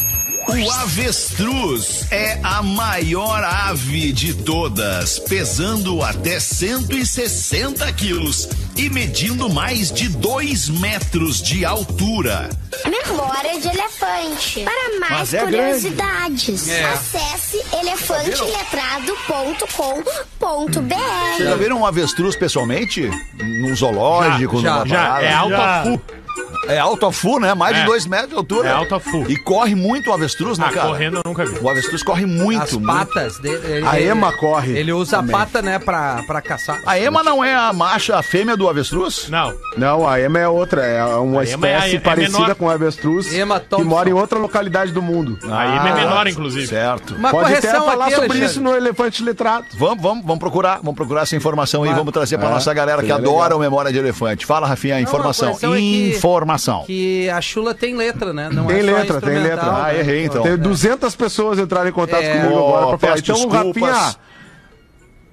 O
O avestruz é a maior ave de todas, pesando até 160 quilos e medindo mais de 2 metros de altura.
Memória de elefante. Para
Mas
mais
é grande. É. Tá
curiosidades, acesse elefanteletrado.com.br.
Vocês já viram um avestruz pessoalmente? Num zoológico,
Já,
numa
Já,
parada?
é
Já.
alta fu.
É alto a fu, né? Mais
É.
de 2 metros de altura.
É alto a fu.
E corre muito o avestruz, né,
Ah,
cara?
correndo eu nunca vi.
O avestruz corre muito,
As
muito.
patas dele. ele-
A ema
ele-
corre
Ele usa
também.
a pata, né, pra, pra caçar.
A ema não é a macha, a fêmea do avestruz?
Não.
Não, a ema é outra, é uma
A ema é-
espécie
é
parecida
menor.
com a avestruz
Ema
que
Thompson.
mora em outra localidade do mundo.
A ema é menor, inclusive.
Ah, Certo.
Uma
Pode até
correção
falar
aqui,
sobre
Alexandre.
isso no Elefante Letrado.
Vamos, vamos, vamos procurar, vamos procurar essa informação aí,
Claro.
vamos trazer pra
É,
nossa galera que
seria
adora o Memória de Elefante. Fala, Rafinha, a
Não,
informação.
a correção é que-
informação.
Que a chula tem letra, né? Não
Tem
é só
letra, tem
instrumental,
letra.
né?
Ah, errei então.
Tem 200 pessoas entraram em contato
É.
comigo agora pra
Oh,
falar.
peço
Então,
desculpas.
Rafinha.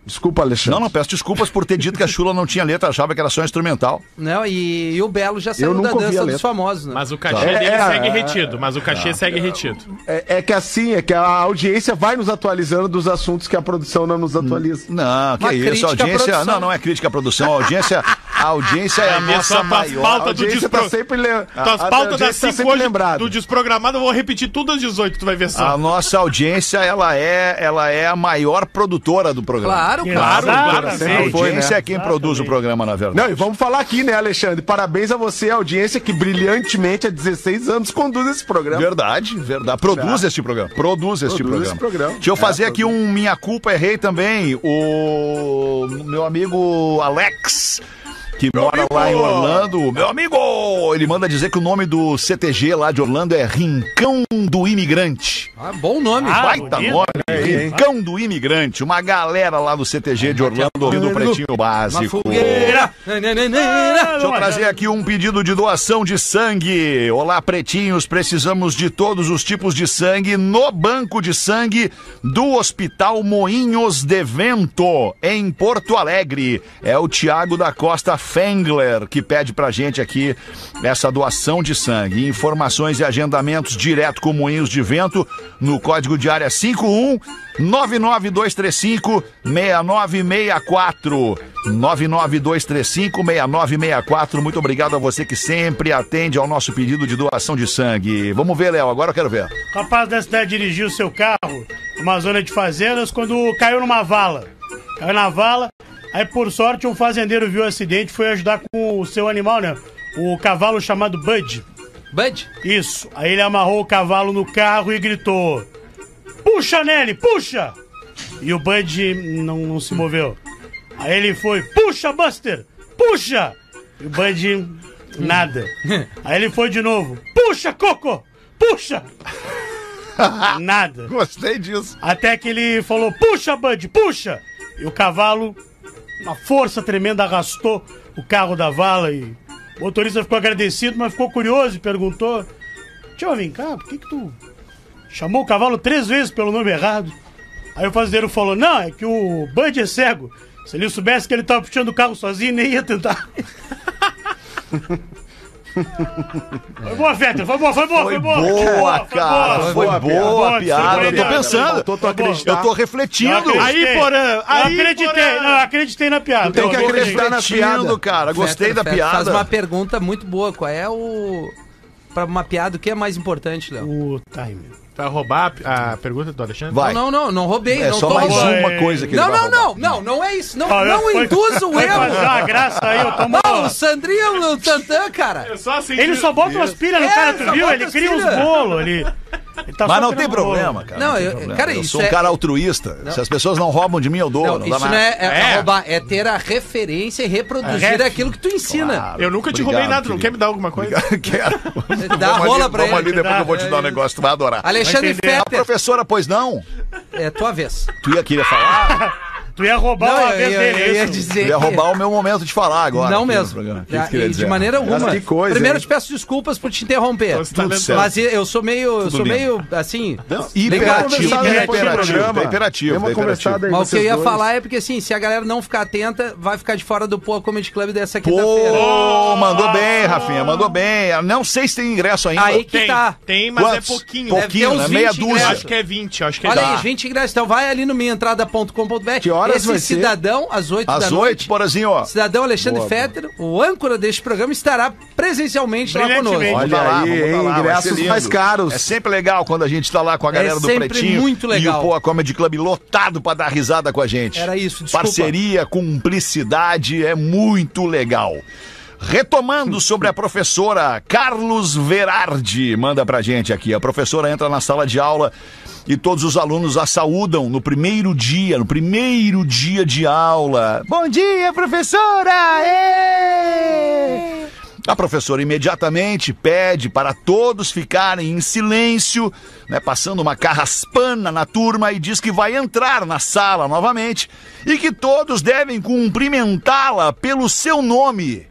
Desculpa, Alexandre.
Não, não, peço desculpas por ter dito que a chula não tinha letra, achava que era só instrumental.
Não, Né, e, e o Belo já saiu
nunca
da
ouvi a
dança
letra.
dos famosos, né?
Mas o cachê
É,
dele
é,
segue
é,
retido. Mas o cachê segue retido.
É, é que assim, é que a audiência vai nos atualizando dos assuntos que a produção não nos atualiza.
Não, que
Uma
é isso, a
crítica à
audiência.
produção.
Não, não é crítica à produção, a audiência, a audiência é a
Aí vê
nossa
só faz
maior.
A
falta do
audiência tá
despro...
sempre lembrando.
Tuas Então,
tá
pautas das 5 hoje
lembrado.
do desprogramado, eu vou repetir tudo às 18, tu vai ver
A
só.
nossa audiência, ela é, ela é a maior produtora do programa.
Claro,
claro,
claro.
claro,
A
Sempre
sim.
foi,
audiência
né?
é quem produz o programa, na verdade.
Não, e vamos falar aqui, né, Alexandre? Parabéns a você, a audiência que brilhantemente há 16 anos conduz esse programa.
Verdade, verdade. Produz este programa. Produz este
Então- Tá.
programa.
Produz esse programa.
Deixa eu
É,
fazer aqui
produz.
um Minha Culpa Errei também. O meu amigo Alex. Que mora lá em Orlando. Meu amigo! Ele manda dizer que o nome do CTG lá de Orlando é Rincão do Imigrante.
Ah, bom nome.
Ah,
Baita
bonito.
nome! Rincão do Imigrante. Uma galera lá do CTG de Orlando ouvindo o Pretinho Básico.
Fogueira. né, Nananana.
Deixa eu trazer aqui um pedido de doação de sangue. Olá, pretinhos. Precisamos de todos os tipos de sangue no banco de sangue do Hospital Moinhos de Vento, em Porto Alegre. É o Tiago da Costa Fengler que pede pra gente aqui essa doação de sangue. Informações e agendamentos direto com Moinhos de Vento no código de área 51 99235 6964. 99235 6964. Muito obrigado a você que sempre atende ao nosso pedido de doação de sangue. Vamos ver, Léo, agora eu quero ver.
Capaz da cidade dirigiu o seu carro numa zona de fazendas quando caiu numa vala. Caiu na vala, aí por sorte um fazendeiro viu o acidente e foi ajudar com o seu animal, né? O cavalo chamado Bud.
Bud?
Isso. Aí ele amarrou o cavalo no carro e gritou: Puxa nele, puxa! E o Bud não, não se moveu. Aí ele foi: Puxa, Buster, puxa! E o Bud, nada. Aí ele foi de novo: Puxa, Coco, puxa! [LAUGHS] Nada.
Gostei disso.
Até que ele falou: Puxa, Bud, puxa! E o cavalo, uma força tremenda, arrastou o carro da vala e o motorista ficou agradecido, mas ficou curioso e perguntou: Tio, vem cá, por que, que tu chamou o cavalo três vezes pelo nome errado? Aí o fazendeiro falou: Não, é que o Bud é cego. Se ele soubesse que ele tava puxando o carro sozinho, nem
[LAUGHS]
ia tentar. Foi boa, Fetter. Foi boa, foi boa, foi, boa.
boa,
foi
cara, foi boa a piada.
foi
Eu tô
boa.
pensando.
Foi boa.
Eu tô refletindo.
Eu acreditei.
Aí, Porã, aí,
eu acreditei,
Porã.
não, eu acreditei na piada.
Tem que
Eu- eu-
acreditar na
Refletindo,
piada.
cara. Gostei
Fetter,
da
Fetter, né, Faz uma
piada.
pergunta muito boa. Qual é o. Pra uma piada, o que é mais importante, Léo?
O time.
Vai Tá, roubar a, a pergunta do Alexandre?
Vai.
Não, não, não roubei.
É
não
só
tô
mais
roubando.
uma coisa que ele
Não,
vai
não,
roubar.
não, não, não é isso. Não,
Ah, eu-
não
foi-
induza o
Foi fazer
erro.
uma graça aí, eu tomo.
Não, o Sandrinho o Tantan, cara.
Eu só senti...
Ele só bota umas pilhas no
É,
cara,
só
tu viu?
bota
Ele
as
cria uns
pilhas.
bolos ali. Ele tá
Mas
só
não
criando
tem
bolo.
problema, cara.
Não,
tem
eu-
problema.
cara,
eu
isso
sou um
é-
cara altruísta. Se as pessoas não roubam de mim, eu dou. Não,
Não,
dá
isso
mais.
não é, é- é
É.
roubar, é ter a referência e reproduzir
É.
aquilo que tu ensina.
Claro.
Eu nunca te
Ah, Obrigado,
roubei nada, tu não
querido.
quer me dar alguma coisa?
[LAUGHS]
É
Quero.
Dá a
Vamos
rola
ali,
pra
Vamos
ele.
ali,
é
depois eu vou te dar um negócio, tu vai adorar.
Alexandre
Vai entender.
A
Fetter,
professora, pois não?
é tua vez.
Tu ia querer
Ah,
falar?
Tu ia roubar uma vez dele, é
ia
isso?
Tu
dizer.
ia roubar o meu momento de falar agora.
Não
aqui no
mesmo.
programa.
Ah, e de maneira alguma.
que coisa,
Primeiro,
hein?
te peço desculpas por te interromper.
Você tá lendo-
certo.
Mas eu sou meio, eu sou
lindo.
meio assim.
Hiperativo,
Conversada
tá
depois do
hiperativo,
programa.
tá hiperativo.
Dê uma
tá hiperativo.
conversada aí
Mas o que eu
vocês
ia
dois.
falar é porque assim, se a galera não ficar atenta, vai ficar de fora do Poa Comedy Club dessa quinta-feira.
Pô, mandou bem, Rafinha, mandou bem. Não sei se tem ingresso ainda.
Aí que
Tem,
tá.
tem, mas
Quantos?
é pouquinho.
Deve ter
Pouquinho,
uns
né? Meia
20
dúzia.
ingressos.
Acho que é 20, acho que é
Olha aí,
dá.
20 ingressos. Então vai ali no minhaentrada.com.br.
Que horas
Esse
vai ser?
cidadão, às 8
Às
da noite.
oito, porazinho, ó.
Cidadão Alexandre
Boa,
Fetter, o âncora deste programa, estará presencialmente lá conosco.
Brilhantemente.
Olha aí,
vamos
hein,
vai
ingressos
ser lindo.
mais caros.
É sempre legal quando a gente tá lá com a galera do
É sempre
Pretinho.
muito legal.
E o Poa Comedy Club lotado pra dar risada com a gente.
Era isso, desculpa.
Parceria, cumplicidade, é muito legal.
[LAUGHS]
Retomando sobre a professora Carlos Verardi, manda pra gente aqui. A professora entra na sala de aula e todos os alunos a saúdam no primeiro dia, no primeiro dia de aula. Bom dia, professora! Ê! A professora imediatamente pede para todos ficarem em silêncio, né, passando uma carraspana na turma e diz que vai entrar na sala novamente e que todos devem cumprimentá-la pelo seu nome.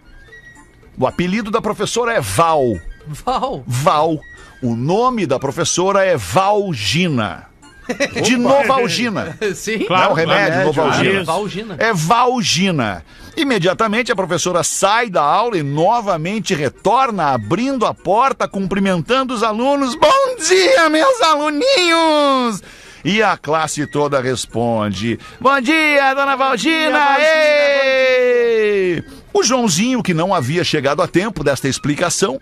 O apelido da professora é Val.
Val. [LAUGHS]
Val. O nome da professora é Valgina. De Novalgina.
Sim.
Não é o
Claro,
remédio,
remédio,
Novalgina.
claro.
Valgina.
É Valgina. Imediatamente a professora sai da aula e novamente retorna, abrindo a porta, cumprimentando os alunos. Bom dia, meus aluninhos! E a classe toda responde: Bom dia, dona Valgina! Ei! O Joãozinho, que não havia chegado a tempo desta explicação,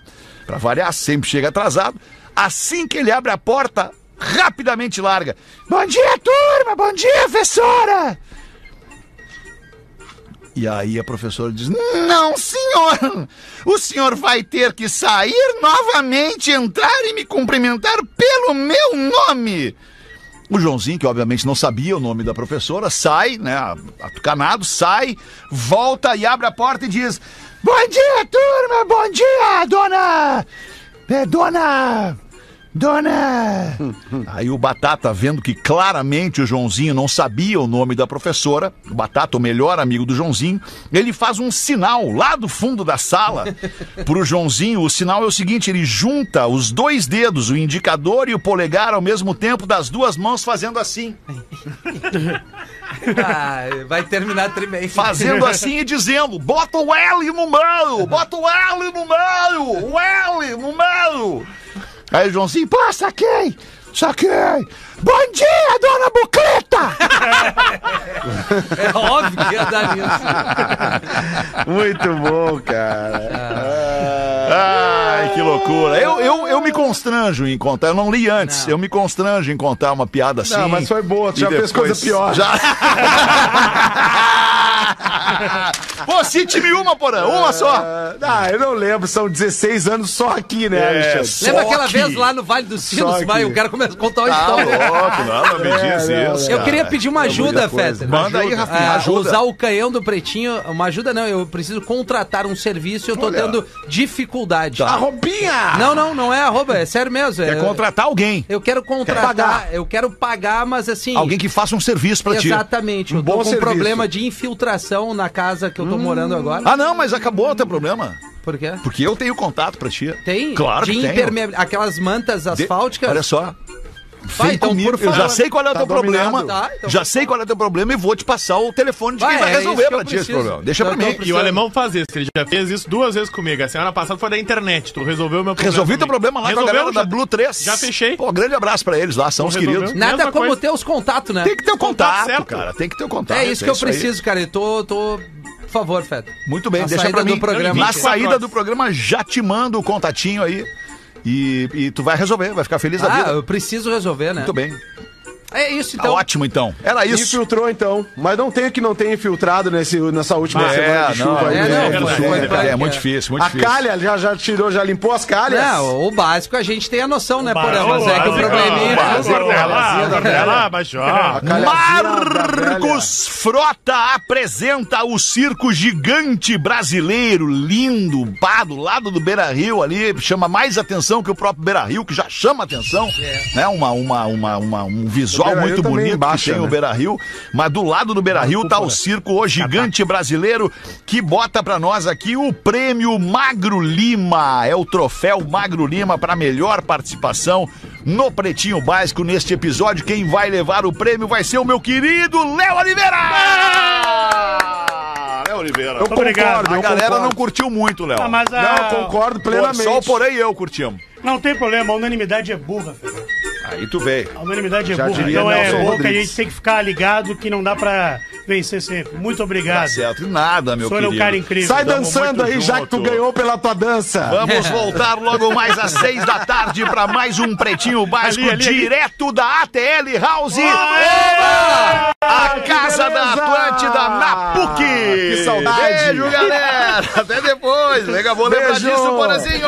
para variar, sempre chega atrasado, assim que ele abre a porta, rapidamente larga: Bom dia, turma! Bom dia, professora! E aí a professora diz: Não, senhor! O senhor vai ter que sair novamente, entrar e me cumprimentar pelo meu nome! O Joãozinho, que obviamente não sabia o nome da professora, sai, né? Atucanado, sai, volta e abre a porta e diz: Bom dia, turma! Bom dia, dona! É, dona! Dona! Aí o Batata, vendo que claramente o Joãozinho não sabia o nome da professora, o Batata, o melhor amigo do Joãozinho, ele faz um sinal lá do fundo da sala pro Joãozinho. O sinal é o seguinte: ele junta os dois dedos, o indicador e o polegar, ao mesmo tempo, das duas mãos, fazendo assim.
Ah, vai terminar trimestre.
Fazendo assim e dizendo: bota o L no meio! Bota o L no meio! O L no meio! Aí o Joãozinho, pô, saquei! Saquei! Bom dia, dona Bucleta! [LAUGHS]
[LAUGHS] É óbvio que ia
[LAUGHS]
dar nisso.
Muito bom, cara. [LAUGHS]
Ai, que loucura! Eu, eu, eu me constranjo em contar, eu não li antes, eu me constranjo em contar uma piada assim. [LAUGHS]
Não, mas foi boa, tu
e
já
depois-
fez coisa pior.
Já... Pô, cite-me uma, porã. Uma só.
Ah, eu não lembro, são 16 anos só aqui, né, Alexandre?
só
Lembra aquela
que-
vez lá no Vale dos Sinos,
que-
mas o cara começa a contar uma
Tá
história.
louco, não, É, não me diz isso.
Eu queria pedir
É
uma ajuda, Fetter.
Manda aí, Rafinha,
Ah,
ajuda. É,
Usar o canhão do Pretinho, uma ajuda não, eu preciso contratar um serviço e eu tô tendo dificuldade.
Tá.
Arrobinha!
Não, não, não é arroba, é sério mesmo.
É
É,
contratar alguém.
Eu quero contratar, eu quero pagar, mas assim...
Alguém que faça um serviço pra ti.
Exatamente, eu
Um
tô
bom
com um
serviço.
problema de infiltração na casa que eu tô morando agora.
Ah, não, mas acabou o teu problema.
Por quê?
Porque eu tenho contato pra ti.
Tem?
Claro
de
que tenho.
impermeabil- Aquelas mantas
De-
asfálticas.
Olha só.
Vai,
Vem
então,
comigo,
por
eu já
favor.
sei qual é o teu
Tá dominado.
problema.
Tá, então,
já
por
sei qual é o teu problema e vou te passar o telefone de quem
Vai,
vai
é
resolver
isso que eu
pra ti esse
preciso.
problema. Deixa
Então,
pra mim.
então,
E o alemão faz isso, que ele já fez isso duas vezes comigo. A semana passada foi da internet. Tu resolveu meu problema.
Resolvi teu
comigo.
problema lá com a
Resolveu,
galera da
já-
Blue 3.
Já fechei.
Pô, grande abraço pra eles lá, são os
Resolveu.
queridos.
Nada
Mesma
como
coisa.
ter os contatos, né?
Tem que ter o
Contato
contato,
certo.
cara. Tem que ter o contato.
É isso que eu
aí.
preciso, cara. Eu tô, tô. Por favor, Feto.
Muito bem,
Na
deixa
saída
pra mim.
do programa.
Na
Vinte e
quatro
saída
horas.
do programa, já te mando o contatinho aí. E, e tu vai resolver, vai ficar feliz da
Ah,
vida.
eu preciso resolver, né?
Muito bem.
É isso
Tá
então.
ótimo, então. Era isso.
Infiltrou então. Mas não tem o que não tenha infiltrado nesse, nessa
Ah,
última semana de chuva aí.
é,
né?
não,
Do
foi-
sul.
foi-
cara,
foi-
é muito difícil, muito
A
difícil.
calha já, já tirou, já limpou as calhas.
Não, o básico a gente tem a noção, né,
básico,
Porã? Mas é que o
básico,
probleminha.
básico.
Gordela, Gordela, baixou.
Ah, é assim,
Marcos Frota apresenta o circo gigante brasileiro, lindo, pá, do lado do Beira Rio ali, chama mais atenção que o próprio Beira Rio, que já chama atenção,
É.
né? Uma, uma, uma, uma- um visual
Beira-Rio
muito
também
bonito
baixa,
que tem o
né?
Beira Rio, mas do lado do Beira Rio tá o circo O Gigante Brasileiro, que bota pra nós aqui o prêmio Magro Lima, é o troféu Magro Lima pra melhor participação no Pretinho Básico neste episódio. Quem vai levar o prêmio vai ser o meu querido Léo Oliveira! Léo Oliveira.
Eu
obrigado.
concordo,
A
eu
galera não
concordo.
curtiu muito, Léo.
Ah, mas a-
Não, eu concordo plenamente.
Só o Porã e eu curtimos.
Não tem problema, a unanimidade é burra, velho.
Aí tu veio.
A unanimidade é
Já
burra.
diria
Então é
Nelson
boca, a
Rodrigues.
gente tem que ficar ligado que não dá pra vencer sempre. Muito
Tá
obrigado.
certo. E nada, meu
O senhor é um
querido.
cara incrível.
Sai
Tamo
dançando
muito
aí, já que tu
junto.
ganhou pela tua dança.
Vamos voltar logo mais às seis da tarde para mais um Pretinho Básico
Ali, ali, ali.
direto da ATL House. Oba! A Casa da
beleza!
Atlântida na PUC.
Que saudade.
Beijo, galera. Até depois. Legal, vou lembrar
Beijo.
disso, Porazinho.